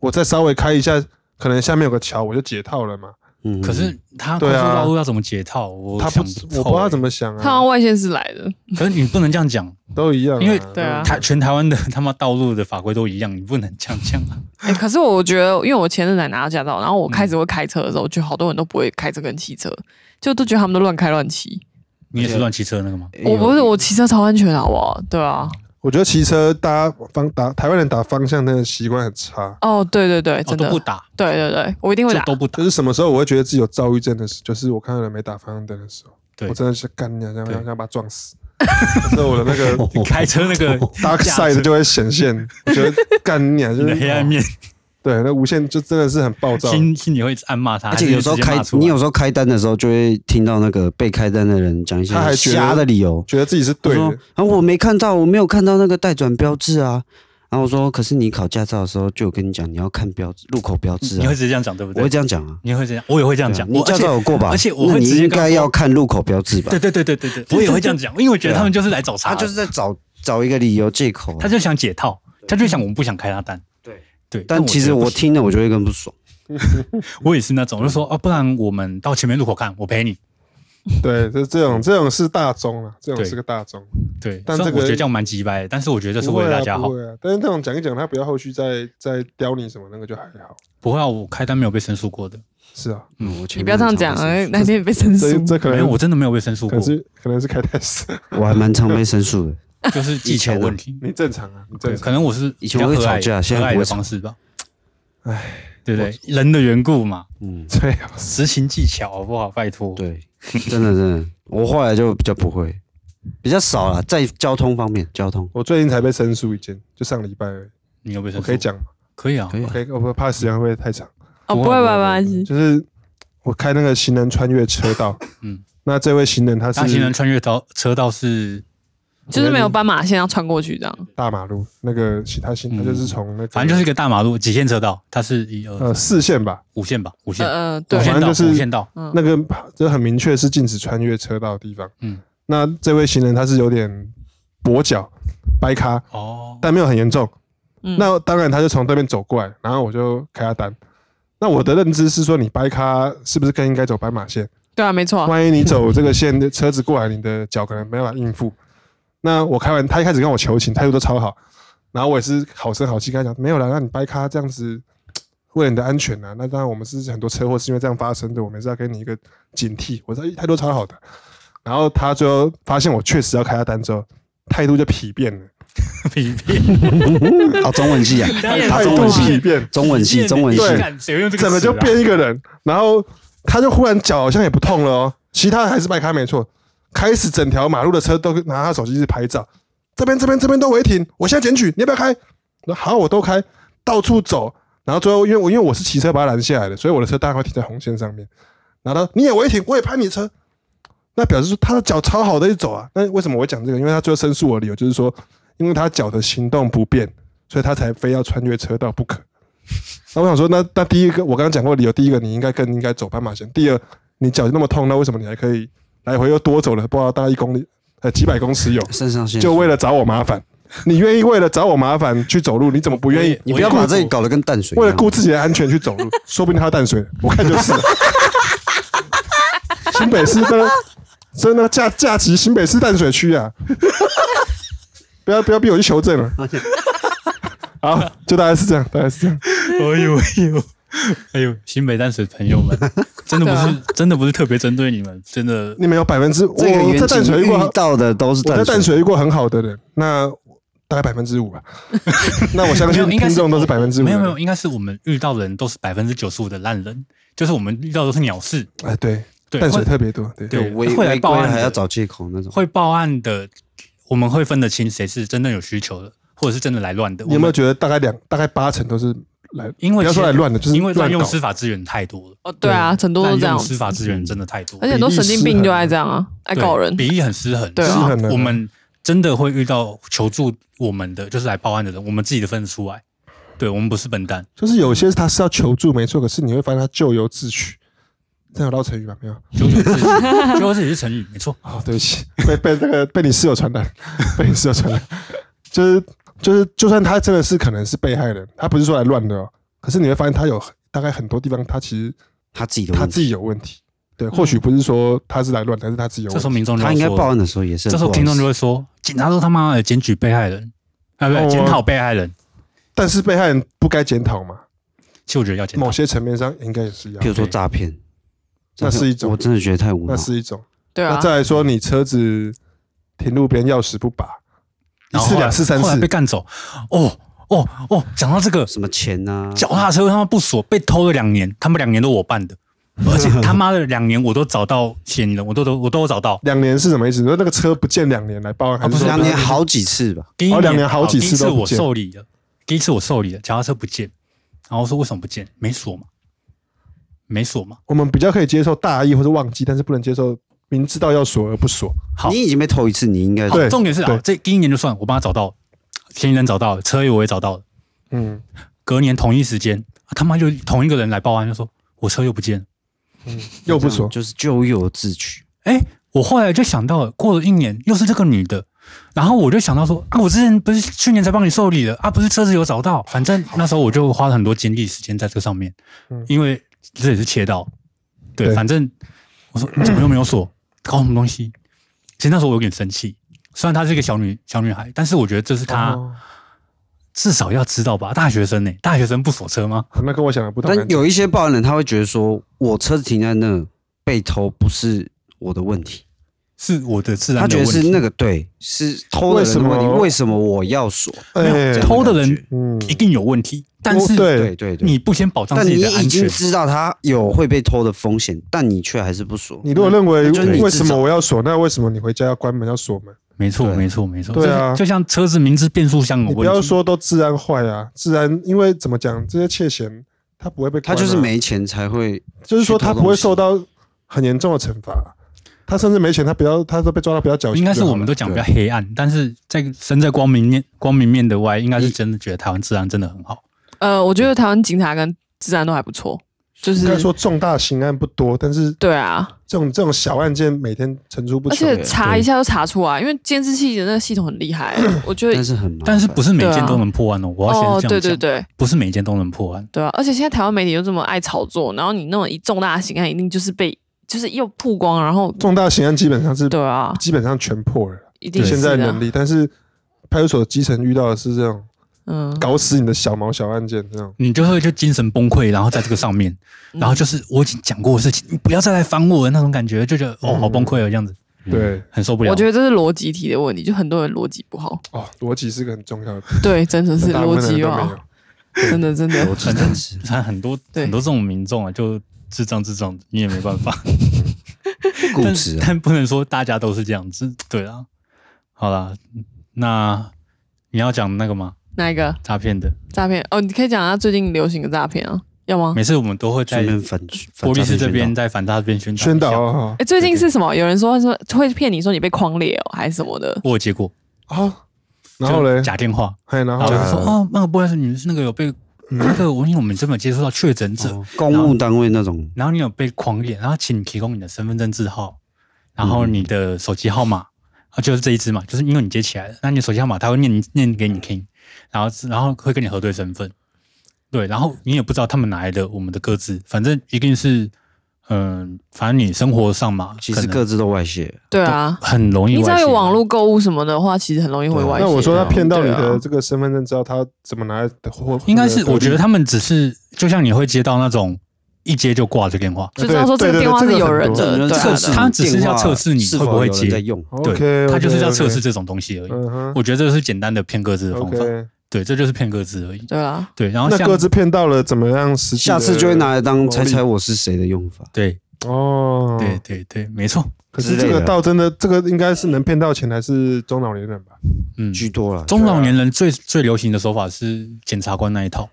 C: 我再稍微开一下，可能下面有个桥我就解套了嘛。
D: 嗯，
B: 可是他快
C: 对
B: 速
C: 啊
B: 道路要怎么解套？我
C: 他不
B: 想
C: 知，
B: 透
C: 我不知道
B: 欸
C: 怎么想
A: 他
C: 啊，
A: 往外线是来的，
B: 可是你不能这样讲，
C: 都一样啊。
B: 因为
A: 对啊
B: 台全台湾的他妈道路的法规都一样，你不能这样 讲啊。
A: 哎、可是我觉得，因为我前阵才拿到驾照，然后我开始会开车的时候，我觉得好多人都不会开车跟骑车，就都觉得他们都乱开乱骑。
B: 你也是乱骑车那个吗？
A: 我不是我骑车超安全的，好不好？对啊，
C: 我觉得骑车大家方打台湾人打方向那个习惯很差，
A: 哦，对对对，
B: 哦，
A: 真
B: 都
A: 的，
B: 不打，
A: 对对对，我一定会
B: 就
A: 打。
B: 都不打
C: 就。是什么时候我会觉得自己有躁郁症的时候，就是我看到人没打方向灯的时候，
B: 对
C: 我真的是干你娘，想
B: 对哦
C: 想想把他撞死。所以我的 那个
B: 你开车那 个
C: dark
B: 架
C: side
B: 子
C: 就会显现，我觉得干你 娘就
B: 你
C: 是哦
B: 的黑暗面，
C: 对，那无限就真的是很暴躁。
B: 心心里会暗骂他，
D: 而且有时候
B: 还是直
D: 开
B: 接骂出来
D: 你有时候开单的时候，就会听到那个被开单的人讲一些
C: 他还觉得
D: 瞎的理由，
C: 觉得自己是
D: 他
C: 对
D: 说
C: 的，
D: 啊我没看到，我没有看到那个待转标志啊。然后我说，可是你考驾照的时候就有跟你讲，你要看标志，路口标志
B: 你
D: 啊
B: 会。直接这样讲对不
D: 我会
B: 对？
D: 这样讲啊，
B: 你会这样，我也会这样
D: 对啊
B: 讲。
D: 你
B: 我
D: 驾照有过吧？
B: 而且我会
D: 那你
B: 直接
D: 应
B: 跟他
D: 该
B: 说
D: 要看路口标志吧
B: 对？对对对对对，我也会这样讲，因为我觉得他们就是来找茬
D: 啊他
B: 的，
D: 就是在找找一个理由借口啊。
B: 他就想解套，他就想我们不想开他单。
D: 对
B: 对，
D: 但其实
B: 觉得
D: 我
B: 不行
D: 听了我就会更不爽。
B: 我也是那种，就说啊，不然我们到前面路口看，我陪你。
C: 对，这这种这种是大众啊，这种是个大众，
B: 对，
C: 但
B: 虽然
C: 这个
B: 我觉得这样蛮鸡掰的，但是我觉得这是
C: 不
B: 为
C: 会
B: 了
C: 啊
B: 大家好
C: 不。会啊。但是那种讲一讲，他不要后续再再刁你什么，那个就还好。
B: 不会啊，我开单没有被申诉过的，
C: 是 啊，
D: 嗯，我前
A: 你
D: 面
A: 不要这样
D: 很
A: 讲
D: 常
A: 啊
D: 被，
A: 那天你被申诉
C: 这。这可
B: 没有，
C: 能
B: 我真的没有被申诉
C: 可
B: 过
C: 能，是可能是开太死，
D: 我还蛮常被申 诉的。
B: 就是技巧问题。
C: 你正常啊，你
B: 对，
C: 正
B: 可
C: 常。
B: 能我是
D: 啊以前我会
B: 比较和蔼
D: 吵架现在
B: 和蔼
D: 不
B: 的
D: 会
B: 方式吧。
C: 唉，
B: 对不对？人的缘故嘛，
D: 嗯，
C: 最好是
B: 执行技巧好不好？拜托。
D: 对，真的真的，我后来就比较不会，比较少了，在交通方面，交通
C: 我最近才被申诉一件，就上礼拜而已。
B: 你有被申
C: 我
B: 诉？
C: 可以，讲吗？
B: 可以啊
D: 可。以
C: 我
D: 啊。
C: 可以，我怕时间会不会太长。
A: 哦，不
B: 不会
A: 会
B: 不
A: 吧，
B: 会
A: 没关
B: 不
A: 系。
C: 就是我开那个行人穿越车道，嗯
B: 嗯，
C: 那这位行人他
B: 大型人
C: 是
B: 穿越道车道是，
A: 就是没有斑马线要穿过去这样。
C: 大马路那个行他行，他就是从那个
B: 嗯反正就是一个大马路，几线车道，它是一二
C: 呃
B: 三
C: 四线吧，
B: 五线吧，五线，
A: 呃呃，
B: 五
A: 对
C: 反，
B: 线
C: 正
B: 道，
C: 就是
B: 五线道，
A: 嗯
C: 那个就很明确是禁止穿越车道的地方。嗯
B: 嗯，
C: 那这位行人他是有点跛脚、掰咖，
B: 哦，
C: 但没有很严重。
A: 嗯
C: 那当然他就从对面走过来，然后我就开他单。那我的认知是说，你掰咖是不是更应该走斑马线？
A: 对啊，没错啊。
C: 万一你走这个线，的车子过来，你的脚可能没办法应付。那我开完，他一开始跟我求情，态度都超好，然后我也是好声好气跟他讲，没有啦，让你掰咖这样子，为了你的安全啊。那当然，我们是很多车祸是因为这样发生的，我们是要给你一个警惕。我说哎态度超好的，然后他最后发现我确实要开他单之后，态度就疲变了，
B: 比比，
D: 哦，中 文系啊，
B: 态
D: 他
C: 态
D: 中
C: 度
D: 文
C: 疲
D: 系，
C: 变，
D: 中文系，中文系，
C: 对
B: 干谁用这个词啊？
C: 整个就变一个人，然后他就忽然脚好像也不痛了哦，其他还是掰开没错，开始整条马路的车都拿他手机去拍照，这边这边这边都违停，我现在检举，你要不要开？那好，我都开，到处走，然后最后因为我因为我是骑车把他拦下来的，所以我的车当然会停在红线上面，然后他你也违停，我也拍你车。那表示说他的脚超好的一走啊，那为什么我会讲这个？因为他最后申诉我的理由就是说，因为他脚的行动不便，所以他才非要穿越车道不可。那我想说，那那第一个我刚刚讲过的理由，第一个你应该更应该走斑马线，第二你脚就那么痛，那为什么你还可以来回又多走了不知道大概一公里呃几百公尺有，
D: 肾上腺素
C: 就为了找我麻烦？你愿意为了找我麻烦去走路，你怎么不愿意？
D: 你不要把自己搞得跟淡水一样。
C: 为了顾自己的安全去走路，说不定他淡水了，我看就是了。新北市的，真的假假期，新北市淡水区啊，不要不要逼我去求证了。好，就大概是这样，大概是这样。
B: 哎呦哎呦哎呦，新北淡水朋友们，真的不是真的不是特别针对你们，真的
C: 你们有百分之我
D: 这个
C: 我在
D: 远
C: 淡
D: 景
C: 水遇
D: 遇
C: 过，
D: 到的都是
C: 我在
D: 淡
C: 淡
D: 水，
C: 水遇过很好的人，那大概百分之 五吧。那我相信
B: 没有应该
C: 听
B: 是
C: 众都是百分之五。
B: 没有没有，，应该是我们遇到的人都是百分之九十五的烂人，就是我们遇到的都是鸟事，
C: 哎，对，
B: 对，
C: 淡水
B: 会
C: 特别多，对
B: 对
D: 有违
B: 会来
D: 违
B: 报
D: 规
B: 案的
D: 还要找借口那种。
B: 会报案的，我们会分得清谁是真正有需求的，或者是真的来乱的。
C: 你有
B: 我
C: 没有
B: 们？
C: 觉得大概两大概八成都是来？
B: 因为
C: 不要说
B: 其实
C: 来乱的就是
B: 因为
C: 乱
B: 滥用
C: 搞
B: 司法资源太多了，
A: 哦，对啊，很多都
B: 滥
A: 这样嗯
B: 用，司法资源真的太多了，
A: 而且很多神经病就爱这样啊，爱
B: 对
A: 搞人。
B: 比例很失衡。
A: 对啊
B: 是
A: 失
C: 衡了
B: 我们真的会遇到求助我们的，就是来报案的人，我们自己的分得出来。对我们不是笨蛋，
C: 就是有些他是要求助没错，可是你会发现他咎由自取。这样有绕成语吧？没有。
B: 九 九自己，九九自己是成语，没错。
C: 哦，对不起，被被这个被你室友 传染，被你室友传染，就是就是，就算他真的是可能是被害人，他不是说来乱的哦，可是你会发现他有大概很多地方，他其实
D: 他自己的
C: 他
D: 问
C: 自
D: 题，
C: 己有问题。对，或许不是说他是来乱，但是他自己有
B: 嗯这
C: 问
B: 时候
C: 题。
B: 民众就
D: 他
B: 会
D: 应该
B: 说
D: 报案的时候也是
B: 这
D: 很
B: 时
D: 不好
B: 候
D: 意思。
B: 听众就会说，警察都他妈的检举被害人，啊不
C: 哦
B: 对，检讨被害人。
C: 但是被害人不该检讨嘛，
B: 其实我觉得要检讨
C: 某，些层面上应该也是一
D: 譬
C: 样
D: 如，说诈骗，
C: 那是一种
D: 我真的觉得太无
C: 那
D: 脑。
C: 是一种。
A: 对啊
C: 那，再来说，你车子停路边钥匙不拔，一
B: 然后
C: 次、
B: 后来
C: 两次、三
B: 后来
C: 次
B: 被，干走。哦哦哦，讲到这个
D: 什么钱啊？
B: 脚踏车，他们不锁，被偷了两年，他们两年都我办的，而且他妈的两年我都找到嫌疑人，我都都我都有找到。
C: 两年是什么意思？你说那个车不见两年来报案，还是
B: 啊不是
C: 说
D: 哦两年好几次吧？
B: 第一
C: 哦两年好几
B: 第一
C: 次
B: 次
C: 都不
B: 我
C: 见
B: 受理了，第一次我受理了，脚踏车不见，然后说为什么不见？没锁嘛，没锁嘛。
C: 我们比较可以接受大意或者忘记，但是不能接受明知道要锁而不锁。
B: 好
D: 你已经被偷一次，你应该
B: 好
C: 对
B: 重点是
C: 对
B: 啊，这第一年就算我帮他找到了，嫌疑人找到了，车友我也找到了，
C: 嗯，
B: 隔年同一时间，啊他妈就同一个人来报案，就说我车又不见了。
C: 又不
D: 这样
C: 锁，
D: 就是咎由自取。
B: 哎，我后来就想到了，过了一年又是这个女的，然后我就想到说啊，我之前不是去年才帮你受理的啊，不是车子有找到，反正那时候我就花了很多精力时间在这上面，
C: 嗯
B: 因为这也是切到，对，
C: 对
B: 反正我说怎么又没有锁，搞什么东西？其实那时候我有点生气，虽然她是一个小女小女孩，但是我觉得这是她、
C: 哦
B: 至少要知道吧，大学生呢、大学生不锁车吗？
C: 那跟我想的不同。
D: 但有一些报案人他会觉得说，我车子停在那被偷不是我的问题，
B: 是我的自然
D: 他
B: 的
D: 觉
B: 问
D: 得
B: 题，
D: 是那个对是偷的人的问
C: 为
D: 题，
C: 什么
D: 为什么我要锁？
B: 没
C: 哎
B: 有
D: 这样
B: 偷的
D: 感觉
B: 人
C: 嗯
B: 一定有问题，但
C: 我
B: 是
C: 对
D: 对对对，
B: 你不先保障
D: 但
B: 自
D: 你
B: 己的安
D: 已经
B: 全，
D: 知道他有会被偷的风险，但你却还是不锁。
C: 你如果认为
D: 那就是你
C: 为
D: 自
C: 什么
D: 找
C: 我要锁，那为什么你回家要关门要锁门？
B: 没错，
D: 对
B: 没错，没错。
C: 对啊
B: 就像就像车子明知变速箱有
C: 你
B: 问题，
C: 不要说都治安坏啊，治安因为怎么讲，这些窃嫌他不会被
D: 他
C: 关啊，
D: 就是没钱才会
C: 就是说
D: 去
C: 他
D: 偷
C: 不会
D: 东西
C: 受到很严重的惩罚，啊他甚至没钱，他不要，他都被抓到不要缴。
B: 应该是我们都讲比较黑暗，但是在身在光明面光明面的外，应该是真的觉得台湾治安真的很好。
A: 呃，我觉得台湾警察跟治安都还不错，就
C: 应
A: 是
C: 该说重大刑案不多，但是
A: 对啊，
C: 这种这种小案件每天层出不
A: 而
C: 穷。
A: 且查一下就查出来，因为监视器的那个系统很厉害，我觉
D: 但
A: 得。
D: 是很麻烦
B: 但是不是每
A: 对
B: 件
A: 啊
B: 都能破案哦？我要先
A: 哦，
B: 这样讲，
A: 对对对
B: 不是每件都能破案。
A: 对啊！而且现在台湾媒体又这么爱炒作，然后你那种一重大刑案，一定就是被就是又曝光，然后
C: 重大刑案基本上是
A: 对啊，
C: 基本上全破了。
A: 一啊定是
C: 现在
A: 的
C: 能力，但是派出所基层遇到的是这种
A: 嗯，
C: 搞死你的小毛小案件，这种
B: 你就会就精神崩溃，然后在这个上面，
A: 嗯
B: 然后就是我已经讲过的事情，你不要再来烦我的那种感觉，就觉得哦
C: 嗯
B: 好崩溃哦，这样子
C: 对
B: 很受不了。
A: 我觉得这是逻辑题的问题，就很多人逻辑不好。
C: 哦，逻辑是个很重要的，
A: 对，真的是
C: 大部
A: 逻
C: 分的人
A: 辑
C: 都
A: 不
C: 没
A: 好
C: 有，。
A: 真的真的
D: 逻。辑单词。
B: 得很多
A: 对
B: 很多这种民众啊，就智障智障，你也没办法。
D: 固执、
B: 但
D: 啊。
B: 但不能说大家都是这样子，对啊。好啦，那你要讲那个吗？
A: 哪一个
B: 诈骗的，
A: 诈骗？哦，你可以讲他最近流行的诈骗啊，要吗？
B: 每次我们都会在
D: 顺便反
B: 波利斯这边
D: 的，
B: 在反诈骗宣导
C: 宣导
B: 一下，
C: 哦
A: 哎，最近是什么？有人说说会骗你说你被框列哦，还是什么的？
B: 我有接过，
C: 哦，然后嘞
B: 就，假电话，
C: 嘿，然
B: 然
C: 后
B: 后
D: 假
B: 就
C: 嘞
B: 说
D: 的
B: 哦，那个不好意思，你是那个有被那个我因为我们这边有接触到确诊者，
D: 哦公务单位那种，
B: 然后你有被狂脸，然后请你提供你的身份证字号，然后你的手机号
D: 嗯
B: 码。啊，就是这一支嘛，就是因为你接起来了，那你的手机号码他会念念给你听，然后然后会跟你核对身份，对，然后你也不知道他们哪来的我们的各自，反正一定是嗯、反正你生活上嘛，
D: 其
B: 可
D: 实
B: 能
D: 各自都外泄，
A: 对啊，
B: 很容易
A: 你
B: 外泄。
A: 只要有网络购物什么的话，其实很容易会
D: 对啊
A: 外泄。
D: 而
C: 那我说他骗到你
A: 对
C: 的
A: 啊
C: 这个身份证之后，他怎么拿来的货？
B: 应该是我觉得
C: 他
B: 他们只是就像你会接到那种一接就挂这个电话，
A: 就知道说这个
C: 对对对
A: 电话
C: 这
A: 是
C: 个
A: 有
C: 很
A: 人
C: 多
A: 的，对啊
B: 测
A: 对
B: 试
A: 啊
B: 他只是要测试你
D: 是
B: 会不
D: 否
B: 会
D: 有人
B: 接
D: 在用。
B: 对
C: OK，
B: 他就是要测试这种东西而已。
C: 嗯哼
B: 我觉得这是简单的骗各自的方法，
C: ，OK。
B: 对，这就是骗各自而已。
A: 对啊，
B: 对，然后
C: 那
B: 像
C: 各自骗到了怎么样实际的？
D: 下次就会拿来当猜
C: 利
D: 猜我是谁的用法。
B: 对
C: 哦。
B: 对，对对，没错，
C: 可是
D: 之
C: 这
D: 类
C: 个
D: 的
C: 倒真的，这个应该是能骗到钱，还是中老年人吧？
B: 嗯，
D: 居多啊了。
C: 啊
B: 中老年人最最流行的手法是检察官那一套，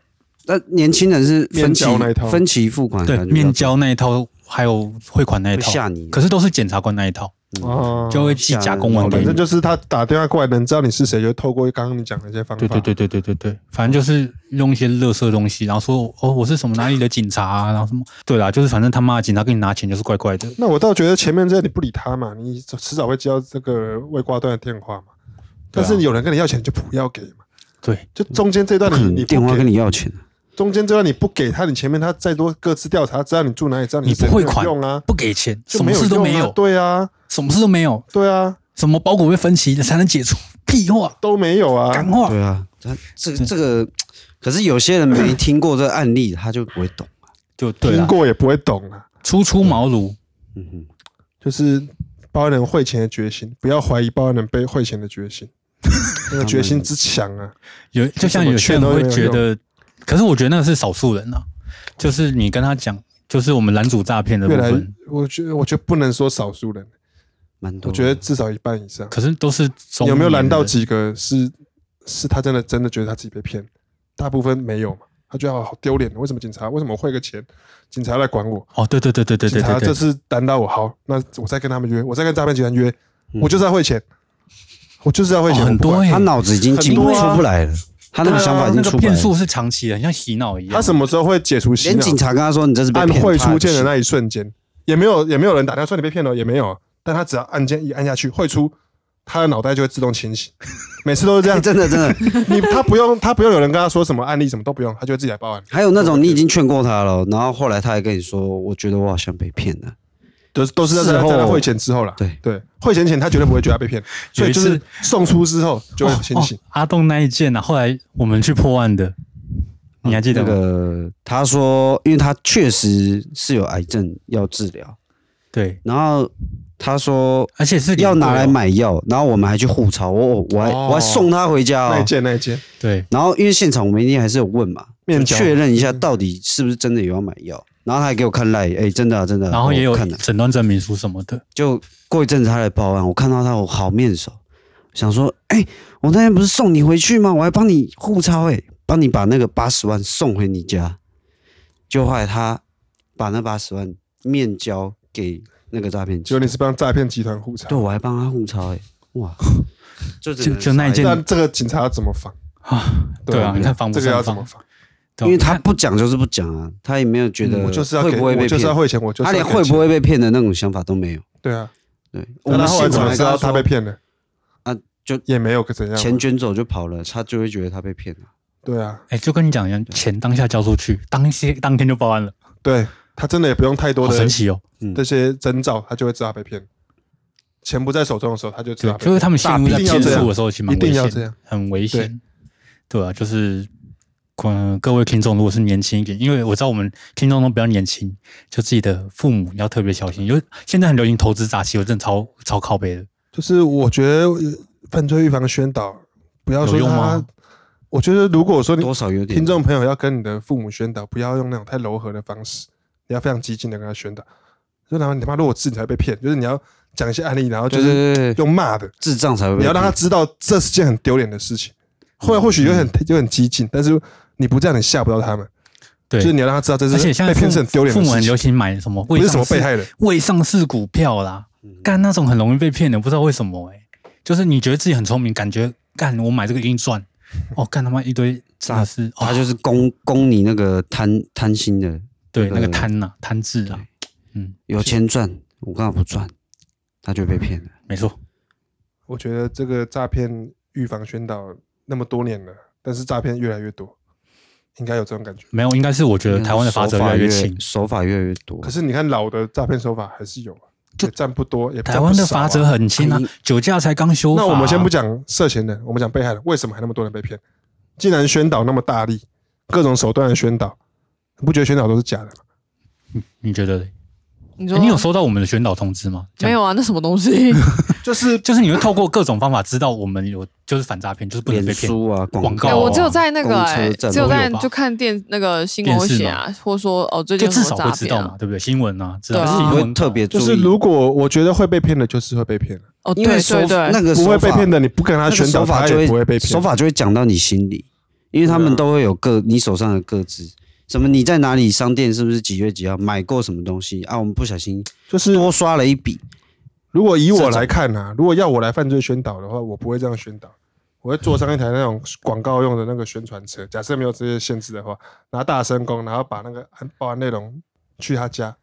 D: 那年轻人是分期
C: 面交那一套
D: 分期付
C: 嗯
D: 款，
B: 对，面交那一套，还有汇款那一
D: 会
B: 套，
D: 吓你。
B: 可是都是检察官那一套，
D: 嗯
C: 哦，
B: 就会寄假公文给
C: 反
B: 你
C: 正。就是他打电话过来，能知道你是谁，就透过刚刚你讲的一些方法。
B: 对对对对对对对，反正就是用一些垃圾东西，然后说哦我是什么哪里的警察、啊，然后什么，对啦，就是反正他妈的警察给你拿钱就是怪怪的，
C: 那我倒觉得前面这些你不理他嘛，你迟早会接到这个未挂断的电话嘛。
B: 对
C: 但
B: 啊
C: 是有人跟你要钱，你就不要给嘛。
B: 对，
C: 就中间这
D: 不
C: 段
D: 可
C: 你
D: 能
C: 你
D: 电话跟
C: 你
D: 你要钱，
C: 中间这段你不给他，你前面他再多各自调查，知道你住哪里，知道
B: 你不
C: 谁
B: 汇
C: 没有
B: 款
C: 用啊，
B: 不给钱，
C: 就
B: 什么事都
C: 用
B: 没
C: 啊
B: 有，
C: 对啊，
B: 什么事都没有，
C: 对啊，
B: 什么包裹被分期才能解除，屁话，
C: 都没有啊。
B: 干话，
D: 对啊，他这个这个，可是有些人没听过这个案例，他就不会懂。
B: 就对
C: 听
B: 啦，
C: 过也不会懂啊，
B: 初出茅庐，
D: 嗯哼，
C: 就是报案人汇钱的决心，不要怀疑报案人被汇钱的 决心，那个决心之强啊。
B: 有就像有些人会觉得，可是我觉得那个是少数人啊，就是你跟他讲，就是我们拦阻诈骗的部
C: 越来
B: 分，，
C: 我觉得我觉得不能说少数人，
D: 蛮多。
C: 我觉得至少一半以上。
B: 可是都是啊中
C: 有没有拦到
B: 年人
C: 几个是是他真的真的觉得他自己被骗？大部分没有嘛，他觉得好好丢脸，为什么警察为什么我汇个钱，警察来管我？
B: 哦，对对对对对对
C: 警察
B: 对对，
C: 这次拦到我，好，那我再跟他们约，我再跟诈骗集团约，
D: 嗯
C: 我就是要汇钱，我就是要汇
B: 哦
C: 钱，
B: 很
C: 我不
B: 多
C: 管
B: 欸
D: 他脑子已经进
C: 很
D: 不
C: 多啊
D: 出不来了，他那个想法
B: 那
D: 已经
B: 个
D: 出不来
B: 骗
D: 了。
B: 术是长期的，很像洗脑一样。哦
C: 他什么时候会解除啊洗
D: 连
C: 脑
D: 警？察跟他说你这是被
C: 按
D: 骗，
C: 会出
D: 他
C: 现
D: 也
C: 的
D: 不
C: 那一瞬间，也没有也没有人打电话说你被骗了，也没有，但他只要按键一按下去，会出。他的脑袋就会自动清洗， 每次都是这
D: 信
C: 样。
D: 哎真的真的，
C: 你他不用他不用有人跟他说什么案例什么都不用，他就会自己来报案。
D: 还有那种你已经劝过他了，然后后来他还跟你说，我觉得我好像被骗了。
C: 都是都是在
D: 事
C: 在
D: 后
C: 在他汇钱之后啦。
D: 对
C: 对，汇钱前他绝对不会觉得他被骗，所
B: 有
C: 以
B: 一
C: 就
B: 次
C: 是送出之后就会清醒
B: 哦。阿栋那一件啊，后来我们去破案的，
C: 嗯
B: 你还记得
D: 那
B: 吗？
D: 个他说，因为他确实是有癌症要治疗，
B: 对，
D: 然后他说
B: 而且是
D: 要拿来
B: 买。
D: 买药，然后我们还去互抄，我我我还、
C: 哦
D: 我还送他回家
C: 那一
D: 哦。
C: 件那一件
B: 对，
D: 然后因为现场我们一定还是有问嘛，
C: 面
D: 就
C: 交
D: 确认一下到底是不是真的有要买药。然后他还给我看赖，哎，真的、啊、真的啊、
B: 然后也有
D: 我看了、
B: 诊断证明书什么的。
D: 就过一阵子他来报案，我看到他我好面熟，想说，哎，我那天不是送你回去吗？我还帮你互抄，哎，帮你把那个八十万送回你家。就后来他把那八十万面交给那个诈骗集
C: 结果
D: 团，
C: 你是帮诈骗集团互查
D: 对，，我还帮他互抄、哎， 哇，就
B: 就就那一件
C: 那这个警察怎么防？
B: 对啊，
C: 对
B: 你看防不
C: 这个要
B: 胜
C: 怎么
B: 防，
C: 防？
B: 对啊
D: 因为他
B: 你看
D: 不讲就是不讲啊，他也没有觉得
C: 嗯我就是要
D: 会
C: 给，
D: 不会
C: 我
D: 被
C: 就是要
D: 骗，
C: 汇钱，我就是
D: 他
C: 要
D: 连
C: 给钱
D: 会不会被骗的那种想法都没有。
C: 对啊？
D: 对，我
C: 那
D: 们
C: 他后来
D: 现
C: 怎
D: 场
C: 么
D: 还
C: 知
D: 跟
C: 道
D: 说
C: 他被骗了？
D: 啊就
C: 也没有个怎样嘛啊
D: 钱捐走就跑了，他就会觉得他被骗了。
C: 对啊，
B: 哎，就跟你讲一样，钱当下交出去，当些当天就报案了，
C: 对他真的也不用太多
B: 好
C: 的
B: 神奇哦。
D: 嗯
C: 这些征兆，他就会知道他被骗。钱不在手中的时候，他就知
B: 对
C: 道，被
B: 就是
C: 骗。
B: 他们陷入在
C: 一定要
B: 骗
C: 这样
B: 术的时候，啊其实蛮
C: 一定
B: 危
C: 要
B: 险
C: 这样
B: 的，很危险。对啊，就是。嗯，各位听众，如果是年轻一点，因为我知道我们听众都比较年轻，就自己的父母要特别小心。因为现在很流行投资诈欺，我真的超超靠背的。
C: 就是我觉得呃犯罪预防宣导不要说
B: 有用
C: 他
B: 吗，
C: 我觉得如果说你
D: 多少有点
C: 哎听众朋友要跟你的父母宣导，不要用那种太柔和的方式，你要非常激进的跟他宣导。就然后你他妈弱智，你才会被骗。就是你要讲一些案例，然后就
D: 就是是
C: 用骂的，
D: 智障才会被
C: 你要
D: 骗。
C: 让他知道这是件很丢脸的事情。后来或许有
B: 嗯
C: 很有很激进，但是你不这样，你吓不到他们。
B: 对，
C: 就是你要让他知道这
B: 而且
C: 是
B: 现
C: 被
B: 在
C: 骗是很丢脸
B: 父
C: 的
B: 母很
C: 事
B: 流
C: 情，
B: 行买什么
C: 不
B: 未
C: 是
B: 上
C: 什么被
B: 市
C: 害人。
B: 未上市股票啦，
C: 嗯
B: 干那种很容易被骗的，不知道为什么哎、就是你觉得自己很聪明，感觉干我买这个一定 赚，哦干他妈一堆真的是，哦
D: 他就是攻攻你那个贪贪心的，
B: 对
D: 那个
B: 那个贪呐、贪字啊
D: 对，
B: 嗯，
D: 有钱赚，我刚好不赚，他就被骗了。
B: 没错，
C: 我觉得这个诈骗预防宣导那么多年了，但是诈骗越来越多。应该有这种感觉。
B: 没有，应该是我觉得台湾的法则越来越轻。
D: 手法越来越多。
C: 可是你看老的诈骗手法还是有啊，
B: 就
C: 也占不多，也占
B: 台湾的
C: 不少啊
B: 法则很轻啊
D: 可以，
B: 酒驾才刚修法
C: 那
B: 啊。
C: 我们先不讲涉嫌人，我们讲被害人，为什么还那么多人被骗？既然宣导那么大力，各种手段的宣导，你不觉得宣导都 是假的吗？
B: 你觉得嘞？
A: 你
C: 啊
B: 诶
A: 说
B: 哎你有收到我们的宣导通知吗？这
A: 没
B: 样，
A: 有啊？那什么东西？
C: 就是
B: 就是你会透过各种方法知道我们有就是反诈骗，就是不能被
D: 脸
B: 骗。
D: 书啊，
B: 广告
A: 哎、
B: 啊
A: 我只有在那个、
D: 公
A: 哎
D: 车站
A: 只有
B: 都
A: 在
B: 有吧
A: 就看电那个新闻会写啊，或者说哦最近
B: 就
A: 有
B: 至
A: 什
B: 少
A: 么
B: 会
A: 诈
B: 知
A: 骗
B: 道
A: 啊
B: 嘛，？对不对？新闻啊，知道
A: 对啊
B: 新
D: 不
B: 闻
D: 会
B: 稿
D: 特别注
C: 就
D: 意，
C: 是，如果我觉得会被骗的，就是会被骗了
A: 哦，对
D: 因为手
A: 对对，
D: 那个
C: 不
D: 手
C: 会
D: 法
C: 被骗的，你不跟他
D: 那个
C: 宣
D: 手
C: 导，
D: 法
C: 他
D: 就
C: 也
D: 会
C: 不会被骗。
D: 手法就会讲到你心里，因为他
C: 对
D: 们
C: 啊
D: 都会有各你手上的各自，什么你在哪里商店是不是几月几号买过什么东西啊？我们不小心
C: 就是，
D: 多刷了一笔，
C: 如果以我来看啊，如果要我来犯罪宣导的话，我不会这样宣导。我会坐上一台那种广告用的那个宣传车，假设没有这些限制的话，拿大声公，然后把那个安报案内容去他家，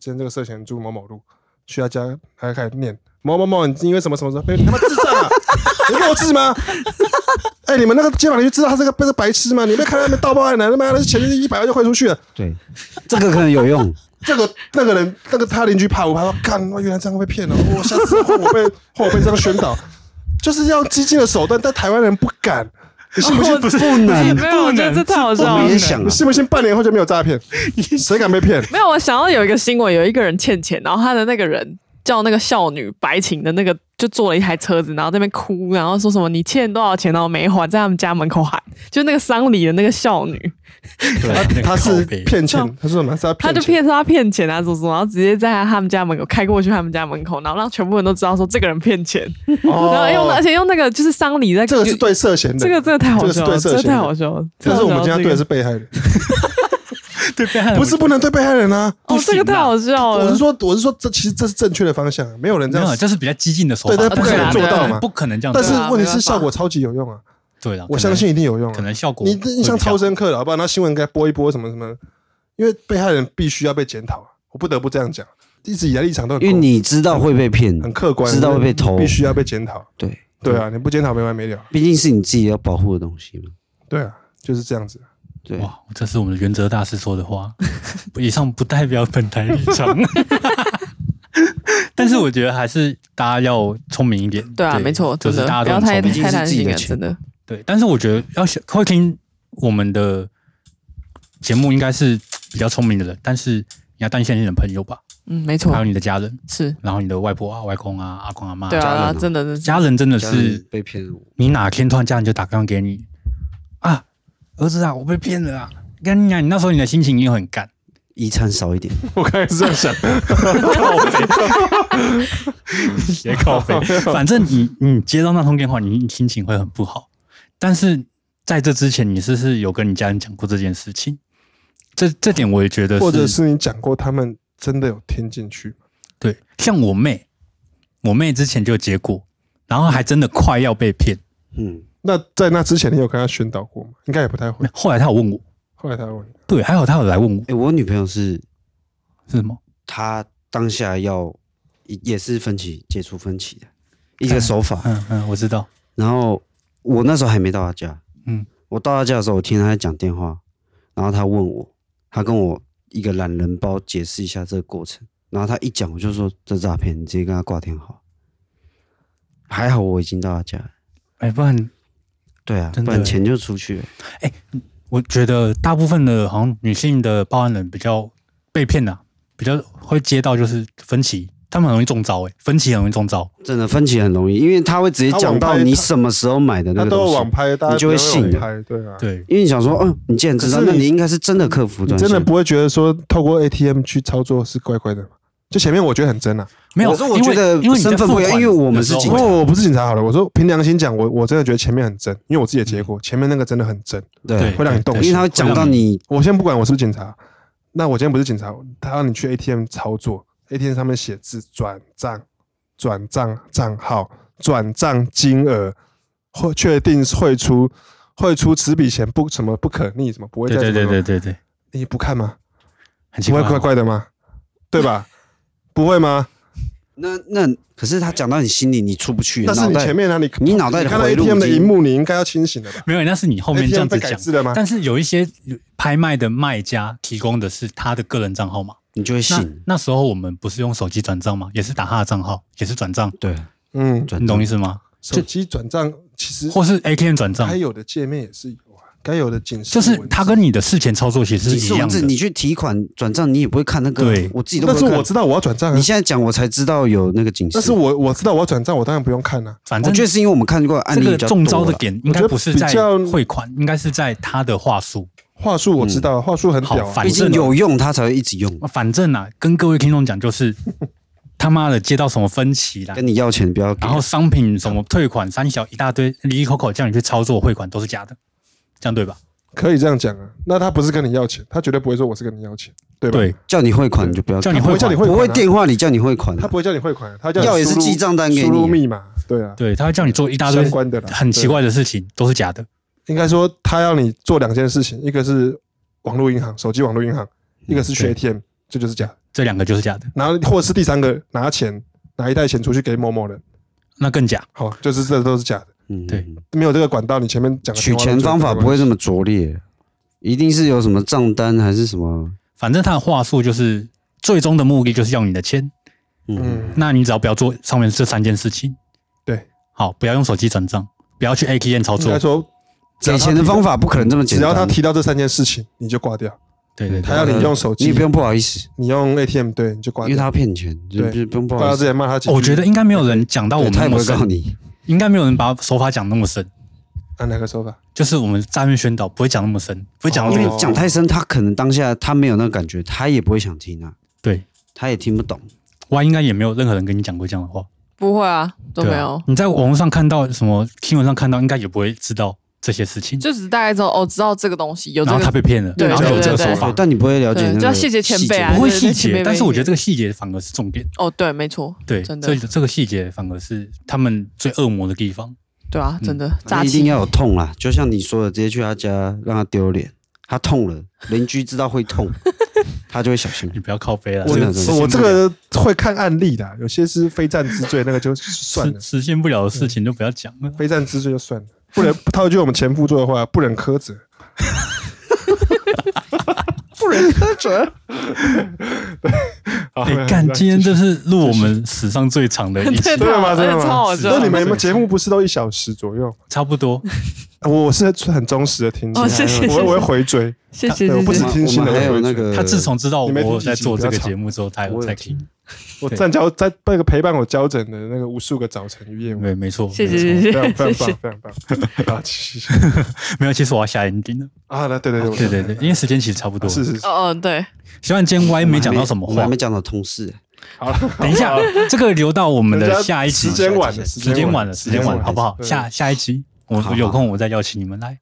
C: 今天这个涉嫌人住某某路，去他家，他就开始念某某某，你因为什么什么什么，你他妈智障啊！ 你弱智吗？ 哎、你们那个街坊邻居知道他这个不是白痴吗？你没看他们盗报案的，他妈的钱一百万就汇出去了。
D: 对，这个可能有用，
C: 这个那个人，那个他邻居怕我怕说，干，我原来这样会被骗了，我下次我被我被这样宣导，就是要激进的手段，但台湾人不敢，你信不
B: 哦
C: 信？
A: 不
D: 是不能
A: 没有，我觉得
B: 不能
A: 这太好笑
D: 我
A: 了
D: 们。也想
C: 你
D: 啊，
C: 信不信？半年后就没有诈骗，谁敢被骗？
A: 没有，我想到有一个新闻，有一个人欠钱，然后他的那个人叫那个少女白情的那个，就坐了一台车子，然后在那边哭，然后说什么你欠多少钱，然后没还，在他们家门口喊，就那个丧礼的那个 少女，
B: 对那个
C: 他
B: 靠
C: 是
B: 北
C: 骗钱，他说什么？是要
A: 哦他
C: 骗
A: 就
C: 钱。
A: 骗说他骗钱啊，什么什么，然后直接在他们家门口开过去他们家门口，然后让全部人都知道说这个人骗钱，然后用而
C: 哦，
A: 且用那个就是丧礼在
C: 这个是对涉嫌的，
A: 这个真的太好
C: 这个是
A: 笑
C: 对
A: 了，这
C: 涉
A: 个
C: 嫌
A: 太
C: 的
A: 好。笑了。
C: 但是我们今
A: 太
C: 天
A: 好笑了
C: 对的是被害人，
B: 对被害人
C: 不是不能对被害人啊！
A: 哦，这个
B: 不
A: 太
B: 行啊
A: 好笑
C: 我
A: 了
C: 是。说，我是说，哦这其实这是正确的方向，啊没有人这
B: 没
C: 样
B: 有，啊
C: 死。
B: 这是比较激进的手法，
C: 对
A: 但不可能
B: 是
A: 做到
B: 对
C: 嘛
B: 不可能这样子
C: 但
B: 啊。
C: 是问
A: 没
C: 题
A: 办法
C: 是，效果超级有用啊！
B: 对了，
C: 我
B: 可能
C: 相信一定有用啊
B: 可。能效果
C: 你这印象
B: 会比较
C: 超深刻了，好不好？那新闻该播一播什么什么，因为被害人必须要被检讨啊，我不得不这样讲，一直以来立场都很
D: 因为
C: 公
D: 你知道会被骗，
C: 很客观，
D: 知道会被偷嗯
C: 必须要被检讨。
D: 对，
C: 对啊，你不检讨没完没了。
D: 毕竟是你自己要保护的东西嘛，
C: 对啊，就是这样子。
D: 对，
B: 哇，这是我们的原则大师说的话， 以上不代表本台立场。 但是我觉得还是大家要聪明一点。
A: 对啊，没错，
B: 就
A: 真
B: 是
A: 的
B: 大家
A: 不
B: 都
A: 要太
B: 很聪明
D: 毕竟
A: 太
D: 是
A: 贪
D: 自己
A: 心
D: 的
A: 了，
D: 钱
A: 真的。
B: 对，但是我觉得要想会听我们的节目，应该是比较聪明的人，但是你要担心你的朋友吧，
A: 嗯，没
B: 还有
A: 错，
B: 你的家人，
A: 是
B: 然后你的外婆啊、外公啊、阿公阿妈、
A: 对
D: 家人
A: 啊，
D: 啊
A: 真的真的
B: 家人真的
D: 家人
B: 是，
D: 被骗了，
B: 你哪天突然家人就打电话给你啊，儿子啊，我被骗了啊，跟你讲，你那时候你的心情一定很 干。
D: 遗产少一点，
C: 我刚才是这样想，
B: 斜靠背。反正你你接到那通电话，你你心情会很不好。但是在这之前，你是不是有跟你家人讲过这件事情？这这点我也觉得
C: 或者是你讲过他们真的有听进去，
B: 对。像我妹，我妹之前就有结过，然后还真的快要被骗。
D: 嗯，
C: 那在那之前你有跟他宣导过吗？应该也不太会。
B: 后来她有问我，
C: 后来他问你，
B: 对，还有她有来问我
D: 哎，我女朋友是
B: 是什么？
D: 她当下要也是分歧解除分歧的一个手法，
B: 嗯嗯，我知道。
D: 然后我那时候还没到他家，
B: 嗯
D: 嗯，我到他家的时候，我听他在讲电话，然后他问我，他跟我一个懒人包解释一下这个过程，然后他一讲我就说这诈骗，你直接跟他挂电话。还好我已经到他家了，
B: 哎，不然
D: 对啊，
B: 真的
D: 不然钱就出去了。
B: 我觉得大部分的好像女性的报案人比较被骗的啊、比较会接到就是分歧，他们很容易中招、欸，哎，分歧很容易中招。
D: 真的分歧很容易，因为他会直接讲
C: 他网
D: 到
C: 拍
D: 你
C: 他
D: 什么时候买的那
C: 他
D: 个
C: 都
D: 东
C: 有
D: 西，
C: 网拍，大家
D: 你就会信
C: 比
D: 了
C: 较有网拍，对啊。
B: 对，
D: 因为你想说，嗯，你既然知道，
C: 可是
D: 那
C: 你
D: 你应该是真的客服
C: 你
D: 专线，
C: 真的不会觉得说透过 ATM 去操作是怪怪的吗？就前面我觉得很真啊，
B: 没有，
D: 可是我
B: 因为
D: 觉得
B: 因为你在
D: 身份不一样
B: 付款
D: 因为我们是
B: 的时
D: 警
B: 候
D: 察
B: 会
C: 哦我我不是警察好了，我说凭良心讲，我我真的觉得前面很真，因为我自己的结果，前面那个真的很真。
D: 对，
C: 会让你动
D: 因为他会讲到，你
C: 我先不管我是不是警察，那我今天不是警察，他让你去 ATM 操作，ATM 上面写字转账、转账账号、转账金额，或确定汇出，汇出此笔钱不什么不可逆，什么不会
B: 对
C: 再
B: 对
C: 怎么
B: 对
C: 怎
B: 对
C: 么
B: 对对，
C: 你不看吗？
B: 很奇
C: 不
B: 怪
C: 会
B: 哦，
C: 怪怪的吗？对吧？不会吗？
D: 那那可是他讲到你心里，你出不去，
C: 但是你
D: 脑袋
C: 前面呢？你
D: 你脑袋的
C: 看到
D: 回路
C: ATM 的
D: 已经
C: 荧幕，你应该要清醒了吧？
B: 没有，那是你后面这
C: ATM
B: 样
C: 被
B: 子
C: 改
B: 讲。
C: 制了吗？
B: 但是有一些拍卖的卖家提供的是他的个人账号嘛？
D: 你就会
B: 那
D: 信。
B: 那时候我们不是用手机转账吗？也是打他的账号，也是转账，
D: 对，
C: 嗯，
D: 转
B: 你懂意
D: 思？
B: 思吗？
C: 手机转账其实
B: 或是 ATM 转账
C: 该，有的界面也是有啊，该有的警示
B: 就是
C: 文字
B: 他跟你的事前操作其实
D: 你
B: 是
D: 是
B: 一样
D: 文字，
B: 的
D: 你。去提款转账，你也不会看那个，
B: 对
D: 我自己都
C: 但
D: 不
C: 是
D: 会
C: 我
D: 看。
C: 知道我要转账啊
D: 你，现在讲，我才知道有那个警示。
C: 但是我我知道我要转账，我当然不用看啊了。
B: 反
D: 我
B: 正
D: 觉得是因为我们看过案
B: 这
D: 例
B: 个
D: 比较多啊
B: 中招的
D: 啦
B: 点应该不是在汇款，应该是在他的话术。
C: 话术
D: 嗯
C: 我知道，话术很屌
B: 好
C: 啊
B: 烦，
D: 毕竟有用，他才会一直用。
B: 反正啊，跟各位听众讲，就是他妈的接到什么分歧啦，
D: 跟你要钱不要给
B: 啊然，后商品什么退款、三小一大堆，里里口口叫你去操作汇款都是假的，这样对吧？
C: 可以这样讲啊。那他不是跟你要钱，他绝对不会说我是跟你要钱，对吧？，
B: 对，
D: 叫你汇款你就不要给，
B: 叫你
C: 不
B: 汇
C: 会叫你
B: 款，
C: 汇
D: 不
C: 款啊
D: 会电话里叫你汇款啊，
C: 他不会叫你汇款，他叫你
D: 要也是
C: 输入
D: 记账单给
C: 输入
D: 你。
C: 密码，对啊，
B: 对，他会叫你做一大堆
C: 相关的啦。
B: 很奇怪的事情，都是假的。
C: 对，应该说他要你做两件事情，一个是网络银行，手机网络银行，一个是去
B: 嗯对
C: ATM，这就是假的。
B: 这两个就是假的，
C: 然后或者是第三个拿钱拿一袋钱出去给某某人，
B: 那更假。
C: 好，就是这都是假的，
D: 嗯，
B: 对
C: 没有这个管道，你前面讲的
D: 取钱方法不会这
C: 么
D: 么拙劣，一定是有什么账单还是什么。
B: 反正他的话术就是最终的目的就是要你的钱，
D: 嗯，
C: 嗯，
B: 那你只要不要做上面这三件事情，
C: 对，
B: 好，不要用手机转账，不要去 ATM 操
C: 应
B: 作
C: 该，说
D: 给钱的方法不可能这么简
C: 只要
D: 单。
C: 他提到这三件事情，你就挂掉。
B: 对对对
C: 他要你用手
D: 嗯你也
C: 机
D: 不，用不好意思，
C: 你用 ATM，对，你就挂
D: 因为
C: 掉。
D: 他要骗钱，就
C: 对
D: 就不用不
C: 挂
D: 好
C: 掉
D: 意
C: 之
D: 思。
C: 前骂他几句，
B: 我觉得应该没有人讲到我
D: 对
B: 们
D: 他
B: 那
D: 也不
B: 么
D: 会告诉
B: 深，
D: 你，
B: 应该没有人把手法讲那么深，
C: 按哪个手法？
B: 就是我们诈骗宣导不会讲那么深，不会讲
D: 因
B: 那
D: 为
B: 么
D: 你讲太深，他可能当下他没有那个感觉，他也不会想听啊，
B: 对。
D: 他也听不懂。
B: 哇，应该也没有任何人跟你讲过这样的话，
A: 不会啊，都
B: 对
A: 没
B: 啊
A: 有，
B: 你在网络上看到什么新闻上看到，应该也不会知道这些事情。
A: 就只大概知道哦，知道这个东西有这
B: 然后他
A: 个，
B: 被骗了，
A: 对
B: 然后有这
A: 对对
B: 个手
A: 对
B: 法
D: 对，，但你不会了解
A: 对
D: 那个，
A: 就要谢谢前辈啊
B: 不会
A: 对对
B: 细
A: 对前
B: 节
A: 辈，
B: 但是我
A: 被
B: 觉得这个细节反而是重点。
A: 哦，对，没错，
B: 对，
A: 真的
B: 这这个细节反而是他们最恶魔的地方。
A: 对啊，
B: 嗯
A: 真的
D: 那
A: 炸
D: 一定
A: 气，
D: 要有痛啦，就像你说的，直接去他家让他丢脸，他痛了，邻居知道会痛， 他就会小心。
B: 你不要靠背了，
C: 我
D: 真
B: 这个
D: 的真的
C: 我这个会看案例的，有些是非战之罪，那个就算了
B: 实，实现不了的嗯事情就不要讲了。
C: 非战之罪就算了。不能套一句我们前夫做的话，不忍苛责。
A: 不忍苛责，
C: 好
B: 哎，干，今天这是录我们史上最长的一
A: 对
B: 期，
C: 真的吗？
A: 而且
C: 真的
A: 超
C: 吗？
A: 好笑
C: 那你们节目不是都一小时左右？
B: 差不多。
C: 我是很忠实的听众
A: 哦，谢谢
C: 我我会回追。
A: 谢谢
B: 呃
C: 对
A: 谢
C: 我不
A: 谢
C: 止。听
D: 我
C: 新的
D: 们还有那个，
B: 他自从知道
C: 你
B: 我
C: 没听
B: 有
C: 几
B: 在
C: 集
B: 做
C: 不要
B: 这个
C: 吵
B: 节目之后，他有
D: 我有
B: 在
D: 听
B: 听。
C: 我
B: 对
C: 站交在那个陪伴我交诊的那个无数个早晨与夜晚，
B: 对，没错，
A: 谢谢谢谢
B: 没错
C: 非常非常
A: 谢谢
C: 棒，非常棒。好，继续
B: 没有，其实我要下 ending 了。
C: 啊，对对对，我啊
B: 对对对，因为时间其实差不多。
C: 是是是，
A: 哦哦，对，
B: 虽然今天 Y 没讲到什么
D: 我们还
B: 话
D: 没，讲到同事，
C: 好了，
B: 等一下，这个留到我们
C: 人
B: 的
C: 家
B: 下一期。
C: 时间晚了，
B: 时间晚了，时间晚了，好不好？
C: 对
B: 下下一集我
D: 好
B: 我
D: 好
B: 有空我再邀请你们来，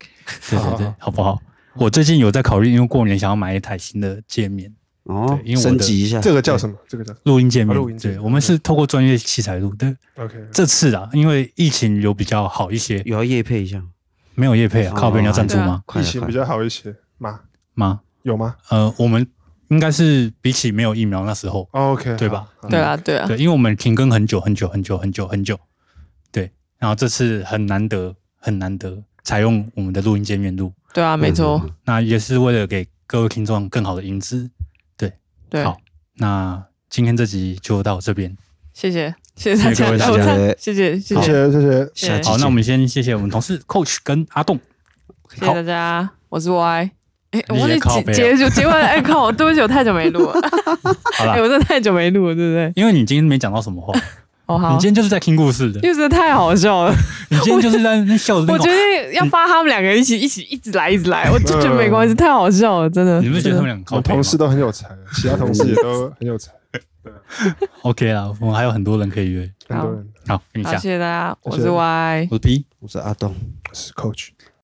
B: 对
C: 好
B: 对对
C: 好，
B: 好不好？我最近有在考虑，因为过年想要买一台新的界面，
D: 哦
B: 对因为，我的
D: 升级一下。
C: 这个叫什么？这个叫
B: 录音界
C: 啊录音
B: 面。
C: 界面
B: 对，我们是透过专业器材录的。
C: OK，
B: 这次啊，因为疫情有比较好一些，
D: 有要夜配一下，
B: 没有业配啊，
D: 哦
B: 靠别人要赞助
A: 对
B: 吗
A: 啊？
D: 快
C: 疫
D: 了
C: 情
D: 快
C: 比
D: 了，
C: 较好一些吗？
B: 吗？
C: 有吗
B: 呃，我们应该是比起没有疫苗那时候，
C: 哦？OK，
B: 对吧？
C: 好？
A: 对啊对啊，
B: 嗯对，因为我们停更很久很久很久很久很久，对，然后这次很难得很难得采用我们的录音界面录，
A: 对啊，没错，
D: 嗯
B: 那也是为了给各位听众更好的音质。
A: 对，
B: 好，那今天这集就到这边。
A: 谢谢谢谢大
B: 谢谢各
A: 家收
B: 位
D: 大家
A: 看，谢谢谢
C: 谢
A: 谢
C: 谢谢谢，
A: 对
D: 下集
B: 好，那
D: 见
B: 我们先谢谢我们同事 Coach 跟阿栋。
A: 谢谢大家，我是 Y。哎，我
B: 你
A: 忘
B: 也
A: 记
B: 靠背啊
A: 结结束结尾，哎靠，对不起，我太久没录 了，
B: 好
A: 哎，
B: 啦，
A: 我真的太久没录了，对不对？
B: 因为你今天没讲到什么话，你
A: 哦好
B: 今，天就是在听故事的，
A: 因为真的太好笑了，
B: 你今天就是在那笑的那
A: 我决
B: 种。
A: 定要发他们两个一起一起一直来一直来，我就觉得没关系，太好笑了，真的。
B: 嗯你不是觉得
A: 真的
B: 他们两个靠
C: 我们
B: 背
C: 同事
B: 吗
C: 都很有才，其他同事也都很有才，
B: ？OK 啦，我们还有很多人可以约。
C: 很多人
B: 好，跟你
A: 好，
B: 下
A: 啊谢，谢大家，我
C: 谢
A: 是
C: 谢
A: Y。
B: 我是 P。
D: 我是阿东。
C: 是 coach。